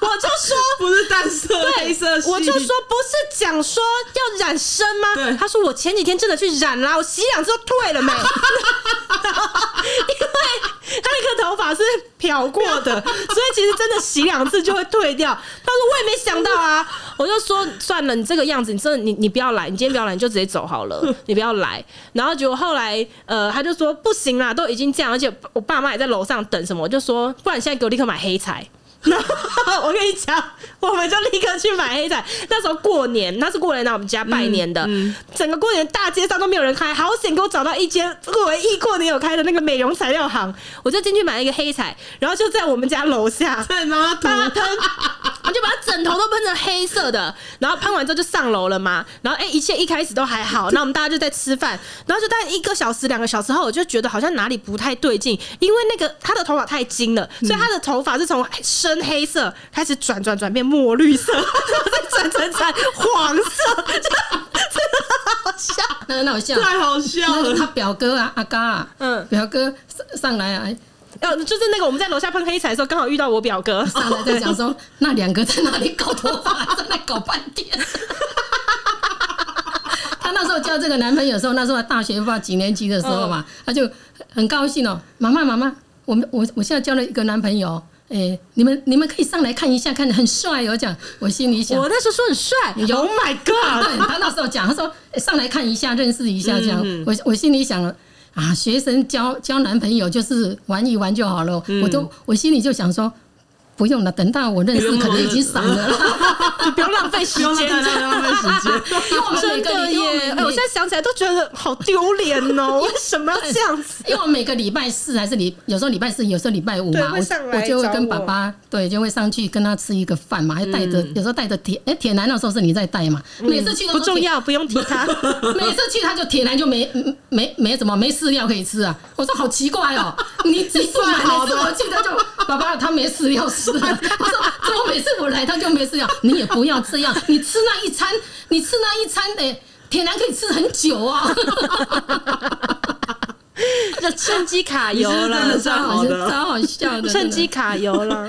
[SPEAKER 3] 我就说
[SPEAKER 2] 嗯不是淡色黑色系，
[SPEAKER 3] 我就说不是讲说要染深
[SPEAKER 2] 对。
[SPEAKER 3] 吗？他说我前几天真的去染啦，我洗两次就退了没，因为他那个头发是漂过的，所以其实真的洗两次就会退掉。他说我也没想到啊，我就说算了，你这个样子，你真的你你不要来，你今天不要来，你就直接走好了，你不要来。然后结果后来呃，他就说不行啦，都已经这样，而且我爸妈也在楼上等什么，我就说不然现在给我立刻买黑柴。 然后我跟你讲，我们就立刻去买黑仔。那时候过年，那是过年啊来我们家拜年的，整个过年大街上都没有人开，好险给我找到一间唯一过年有开的那个美容材料行，我就进去买了一个黑彩，然后就在我们家楼下
[SPEAKER 2] 对妈妈涂
[SPEAKER 3] 把它喷， 我就把它枕头都喷成黑色的，然后喷完之后就上楼了嘛。然后哎、一切一开始都还 好，那我们大家就在吃饭，然后就大概一个小时、两个小时后，我就觉得好像哪里不太对劲，因为那个他的头发太金了，所以他的头发是从深黑色开始转转转变墨绿色，然 后再转转转黄色， 就
[SPEAKER 1] 那个闹 笑。啊
[SPEAKER 2] 太好笑
[SPEAKER 1] 那个
[SPEAKER 2] 了，
[SPEAKER 1] 他表哥啊，阿嘎啊，
[SPEAKER 3] 嗯
[SPEAKER 1] 表哥上上来啊，
[SPEAKER 3] 呃，就是那个我们在楼下喷黑彩的时候，刚好遇到我表哥，
[SPEAKER 1] 上来在讲说， 那两个在哪里搞头发，在那搞半天。 她那时候交这个男朋友的时候，那时候她大学不知道几年级的时候嘛，她就很高兴哦，妈妈妈妈，我们我我现在交了一个男朋友，哎、你们你们可以上来看一下，看很帅哦，讲我心里想
[SPEAKER 3] 我。那时候说很帅
[SPEAKER 1] 有
[SPEAKER 3] ，Oh my God！
[SPEAKER 1] 对他那时候讲，他说、哎上来看一下，认识一下这样。我我心里想了，啊，学生交交男朋友就是玩一玩就好了，我都我心里就想说。不用了，等到我认识
[SPEAKER 2] 不用
[SPEAKER 1] 可能已
[SPEAKER 2] 了
[SPEAKER 1] 经散了啦，
[SPEAKER 3] 不要浪费时
[SPEAKER 2] 不用浪
[SPEAKER 3] 间。
[SPEAKER 2] 费浪费时间。
[SPEAKER 1] 因为我们每
[SPEAKER 3] 真
[SPEAKER 1] 个
[SPEAKER 3] 的
[SPEAKER 1] 礼因为我
[SPEAKER 3] 耶！
[SPEAKER 1] 们
[SPEAKER 3] 哎，我
[SPEAKER 1] 每
[SPEAKER 3] 现在想起来都觉得好丢脸 哦，为什么要这样 子？
[SPEAKER 1] 因为我每个礼拜四还是礼，有时候礼拜四，有时候礼拜五
[SPEAKER 3] 对
[SPEAKER 1] 嘛，
[SPEAKER 3] 会上
[SPEAKER 1] 我
[SPEAKER 3] 来
[SPEAKER 1] 我就会
[SPEAKER 3] 找
[SPEAKER 1] 跟
[SPEAKER 3] 我
[SPEAKER 1] 爸爸对，就会上去跟他吃一个饭嘛，还带着、有时候带着铁哎铁男那时候是你在带嘛，每次去的时
[SPEAKER 3] 不
[SPEAKER 1] 候
[SPEAKER 3] 重
[SPEAKER 1] 铁，
[SPEAKER 3] 要，不用提 他。
[SPEAKER 1] 每次去他就铁男就没嗯没没什么没饲料可以吃啊，我说好奇怪哦，你只是买每次我去他就爸爸他没饲料吃啊，我说怎么每次我来他就没饲料，你也不要这样，你吃那一餐，你吃那一餐哎。铁男可以吃很久啊，
[SPEAKER 3] 这趁机卡
[SPEAKER 2] 你是
[SPEAKER 3] 油
[SPEAKER 2] 不是真
[SPEAKER 3] 了
[SPEAKER 2] 的，算好的
[SPEAKER 1] 超好笑的，
[SPEAKER 3] 趁
[SPEAKER 1] 真的
[SPEAKER 3] 机卡油了。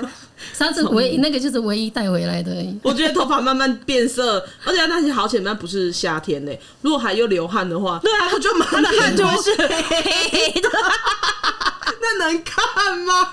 [SPEAKER 1] 上次唯那个就是唯一带回来的而已。
[SPEAKER 2] 我觉得头发慢慢变色，而且那些好险，那不是夏天呢、如果还有流汗的话，对啊，它就满
[SPEAKER 3] 他的汗就会
[SPEAKER 2] 是，
[SPEAKER 3] 是黑的，
[SPEAKER 2] 那能看 吗？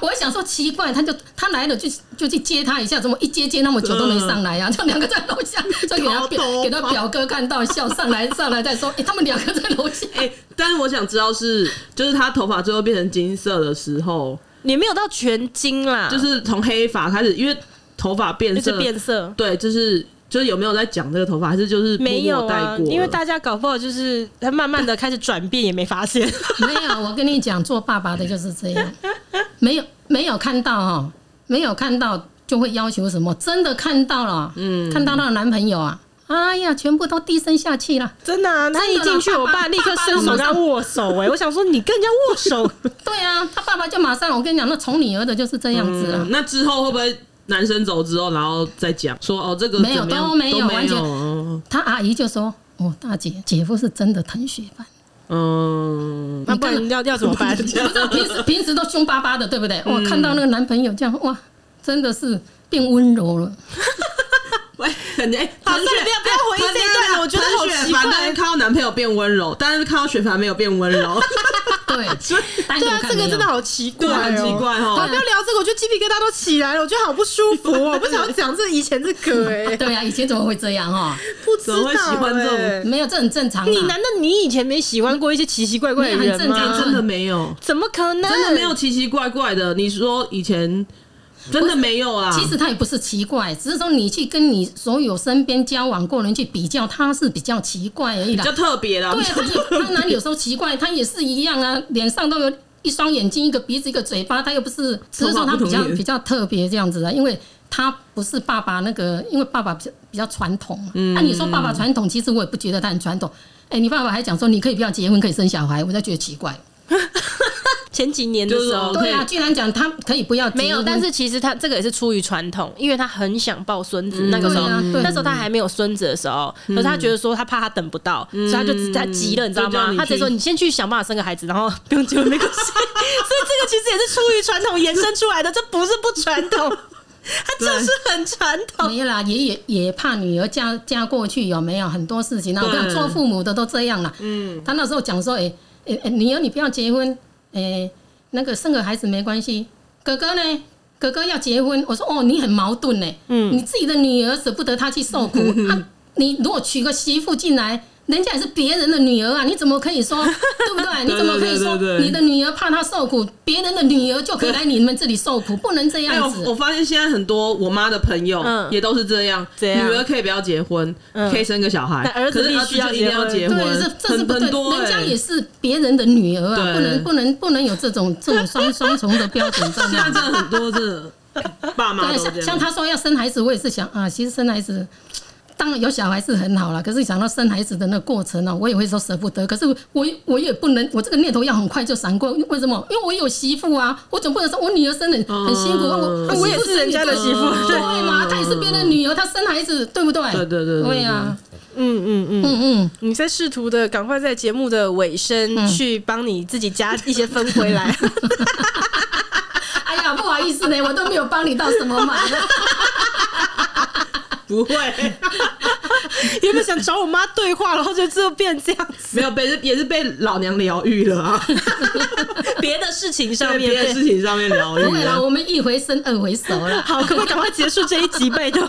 [SPEAKER 1] 我想说奇怪，他就他来了就就去接他一下，怎么一接接那么久都没上来呀、啊？就 两个在楼下，就给他
[SPEAKER 2] 搞懂
[SPEAKER 1] 表给他表哥看到笑，上来上来再说，哎、他们两个在楼下。
[SPEAKER 2] 哎、但是我想知道是，就是他头发最后变成金色的时候，
[SPEAKER 3] 你没有到全金啦，
[SPEAKER 2] 就是从黑发开始，因为头发变
[SPEAKER 3] 啊一直
[SPEAKER 2] 色，
[SPEAKER 3] 变色。
[SPEAKER 2] 对，就是就是有没有在讲这个头发，还是就是默默
[SPEAKER 3] 没有
[SPEAKER 2] 带
[SPEAKER 3] 啊，
[SPEAKER 2] 过了？
[SPEAKER 3] 因为大家搞不好就是他慢慢的开始转变，也没发现。
[SPEAKER 1] 没有，我跟你讲，做爸爸的就是这样， 没有没有看到哦，没有看到就会要求什么，真的看到了，嗯，看到那个男朋友啊，哎呀，全部都低声下气了。
[SPEAKER 3] 真的、 啊，他一进去，
[SPEAKER 1] 爸爸
[SPEAKER 3] 我爸立刻伸手跟他握手、哎，我想说你跟人家握手，
[SPEAKER 1] 对啊，他爸爸就马上，我跟你讲，那宠女儿的就是这样子啊。
[SPEAKER 2] 嗯那之后会不会男生走之后，然后再讲说哦，这个
[SPEAKER 1] 没有
[SPEAKER 2] 怎么样
[SPEAKER 1] 都没有
[SPEAKER 2] 有，
[SPEAKER 1] 完全
[SPEAKER 2] 哦
[SPEAKER 1] 他阿姨就说：“哦，大姐，姐夫是真的疼血饭，
[SPEAKER 2] 嗯，
[SPEAKER 3] 那不然要要怎 么办？
[SPEAKER 1] 不知道平时平时都凶巴巴的，对不对？
[SPEAKER 3] 嗯
[SPEAKER 1] 我看到那个男朋友这样，哇，真的是变温柔 了。
[SPEAKER 2] 喂，人家哎
[SPEAKER 3] 好
[SPEAKER 2] 陈
[SPEAKER 3] 算了
[SPEAKER 2] 雪
[SPEAKER 3] 不要不要回忆这一段了我觉得好奇怪
[SPEAKER 2] 陈雪凡但是看到男朋友变温柔，但是看到雪凡没有变温 柔，
[SPEAKER 1] 对，单独
[SPEAKER 3] 对啊，
[SPEAKER 1] 看没
[SPEAKER 3] 这个
[SPEAKER 1] 有
[SPEAKER 3] 真的好奇怪、
[SPEAKER 2] 对，
[SPEAKER 3] 哦，
[SPEAKER 2] 很奇。怪
[SPEAKER 3] 好，
[SPEAKER 1] 啊
[SPEAKER 2] 哦
[SPEAKER 3] 不。要聊这个，我觉得鸡皮疙瘩都起来了，我觉得好不舒服 哦。我不想要讲这以前这个、哎，
[SPEAKER 1] 对啊，以前怎么会这样哦？
[SPEAKER 3] 不知道、
[SPEAKER 2] 怎么会喜欢这种
[SPEAKER 3] 哎
[SPEAKER 1] 没有，这很正常啊。
[SPEAKER 3] 你难道你以前没喜欢过一些奇奇怪怪的
[SPEAKER 1] 没有很
[SPEAKER 3] 人
[SPEAKER 1] 正常
[SPEAKER 2] 哎
[SPEAKER 3] 吗？
[SPEAKER 2] 真的没有，
[SPEAKER 3] 怎么可能？
[SPEAKER 2] 真的没有奇奇怪怪的。你说以前真的没有啊？
[SPEAKER 1] 其实他也不是奇怪，只是说你去跟你所有身边交往过的人去比较，他是比较奇怪而已
[SPEAKER 2] 比
[SPEAKER 1] 啦
[SPEAKER 2] 较。特别 啦，
[SPEAKER 1] 对
[SPEAKER 2] 比
[SPEAKER 1] 啊，
[SPEAKER 2] 较
[SPEAKER 1] 他
[SPEAKER 2] 特
[SPEAKER 1] 也他哪里有时候奇怪，他也是一样啊，脸上都有一双眼睛、一个鼻子、一个嘴巴，他又不是，只是说他比
[SPEAKER 2] 头发
[SPEAKER 1] 较
[SPEAKER 2] 不同颜
[SPEAKER 1] 比较特别这样子啊，因为他不是爸爸那个，因为爸爸比较比较传统嘛。啊，你说爸爸传统，其实我也不觉得他很传统。哎、你爸爸还讲说你可以不要结婚，可以生小孩，我才觉得奇怪。
[SPEAKER 3] 前几年的时候
[SPEAKER 2] 就是。
[SPEAKER 1] 对啊，
[SPEAKER 2] OK
[SPEAKER 1] 居然讲他可以不要结婚
[SPEAKER 3] 没有，但是其实他这个也是出于传统，因为他很想抱孙子。那个时候
[SPEAKER 1] 对啊，嗯对
[SPEAKER 3] 那时候他还没有孙子的时候，可是他觉得说他怕他等不到，所
[SPEAKER 1] 嗯
[SPEAKER 3] 以他就只他急了，你知道
[SPEAKER 2] 就叫
[SPEAKER 3] 吗
[SPEAKER 2] 你？
[SPEAKER 3] 他直接说
[SPEAKER 2] 去
[SPEAKER 3] 你先去想办法生个孩子，然后不用结婚没关 系。所以这个其实也是出于传统延伸出来的，这不是不传 统，他就是很传统。
[SPEAKER 1] 没有 啦，也也也怕女儿嫁嫁过去有没有很多事情啊？我
[SPEAKER 2] 对
[SPEAKER 1] 跟你讲，做父母的都这样啦。嗯，他那时候讲说，哎、哎哎，女儿你不要结婚，哎、那个生个孩子没关系，哥哥呢？哥哥要结婚，我说哦，你很矛盾呢。嗯，你自己的女儿舍不得她去受 苦，啊，你如果娶个媳妇进来，人家也是别人的女儿啊，你怎么可以说 对不对？你怎么可以说
[SPEAKER 2] 对对对对
[SPEAKER 1] 你的女儿怕她受苦，别人的女儿就可以来你们这里受 苦？不能这
[SPEAKER 2] 哎、
[SPEAKER 1] 样子。
[SPEAKER 2] 我我发现现在很多我妈的朋友
[SPEAKER 3] 嗯
[SPEAKER 2] 也都是这样，
[SPEAKER 3] 怎样
[SPEAKER 2] 女儿可以不要结婚，
[SPEAKER 3] 嗯
[SPEAKER 2] 可以生个小孩，
[SPEAKER 3] 但儿子
[SPEAKER 2] 可是
[SPEAKER 3] 必
[SPEAKER 2] 儿
[SPEAKER 3] 须
[SPEAKER 2] 子
[SPEAKER 3] 要
[SPEAKER 2] 就一定要
[SPEAKER 3] 结
[SPEAKER 2] 结
[SPEAKER 3] 婚
[SPEAKER 2] 婚，
[SPEAKER 1] 对，这这是
[SPEAKER 2] 很
[SPEAKER 1] 不对
[SPEAKER 2] 很多、，
[SPEAKER 1] 人家
[SPEAKER 2] 哎
[SPEAKER 1] 也是别人的女儿啊，
[SPEAKER 2] 对
[SPEAKER 1] 不能不能不能有这种这种双双重的标 准在
[SPEAKER 2] 现在
[SPEAKER 1] 那
[SPEAKER 2] 真。的很多这爸妈
[SPEAKER 1] 啊对，
[SPEAKER 2] 都这
[SPEAKER 1] 像像
[SPEAKER 2] 样。
[SPEAKER 1] 他说要生孩子，我也是想啊，其实生孩子。当然有小孩是很好了，可是想到生孩子的那个过程呢、啊我也会说舍不得。可是我我也不能，我这个念头要很快就闪过。为什么？因为我有媳妇啊，我总不能说我女儿生的
[SPEAKER 2] 哦
[SPEAKER 1] 很很辛苦，啊，我
[SPEAKER 3] 我也
[SPEAKER 1] 媳妇
[SPEAKER 3] 是人家的
[SPEAKER 1] 生
[SPEAKER 3] 媳妇
[SPEAKER 1] 女儿对嘛？她也是别人的女儿，她生孩子，对不对？
[SPEAKER 2] 对对对对
[SPEAKER 1] 对呀，
[SPEAKER 3] 嗯嗯嗯。
[SPEAKER 1] 嗯嗯。
[SPEAKER 3] 你在试图的赶快在节目的尾声去帮你自己加一些分回来，
[SPEAKER 1] 哎呀，不好意思呢，我都没有帮你到什么忙。啊
[SPEAKER 2] 不 会，
[SPEAKER 3] 原本想找我妈对话，然后就最后变这样 子，
[SPEAKER 2] 没有被也是被老娘疗愈了啊，
[SPEAKER 3] 别的事情上
[SPEAKER 2] 在
[SPEAKER 3] 面
[SPEAKER 2] 别的事情上面疗
[SPEAKER 1] 不
[SPEAKER 2] 愈
[SPEAKER 1] 会啦，
[SPEAKER 2] 啊。
[SPEAKER 1] 我们一回生二回熟了。
[SPEAKER 3] 好，可不可以赶 快结束这一集？拜托，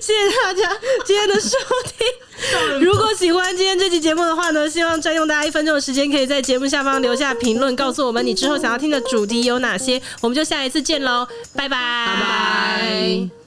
[SPEAKER 3] 谢谢大家今天的收听。如果喜欢今天这期节目的话呢，希望占用大家一分钟的时间，可以在节目下方留下评论，告诉我们你之后想要听的主题有哪些，我们就下一次见喽，拜拜，
[SPEAKER 2] 拜拜。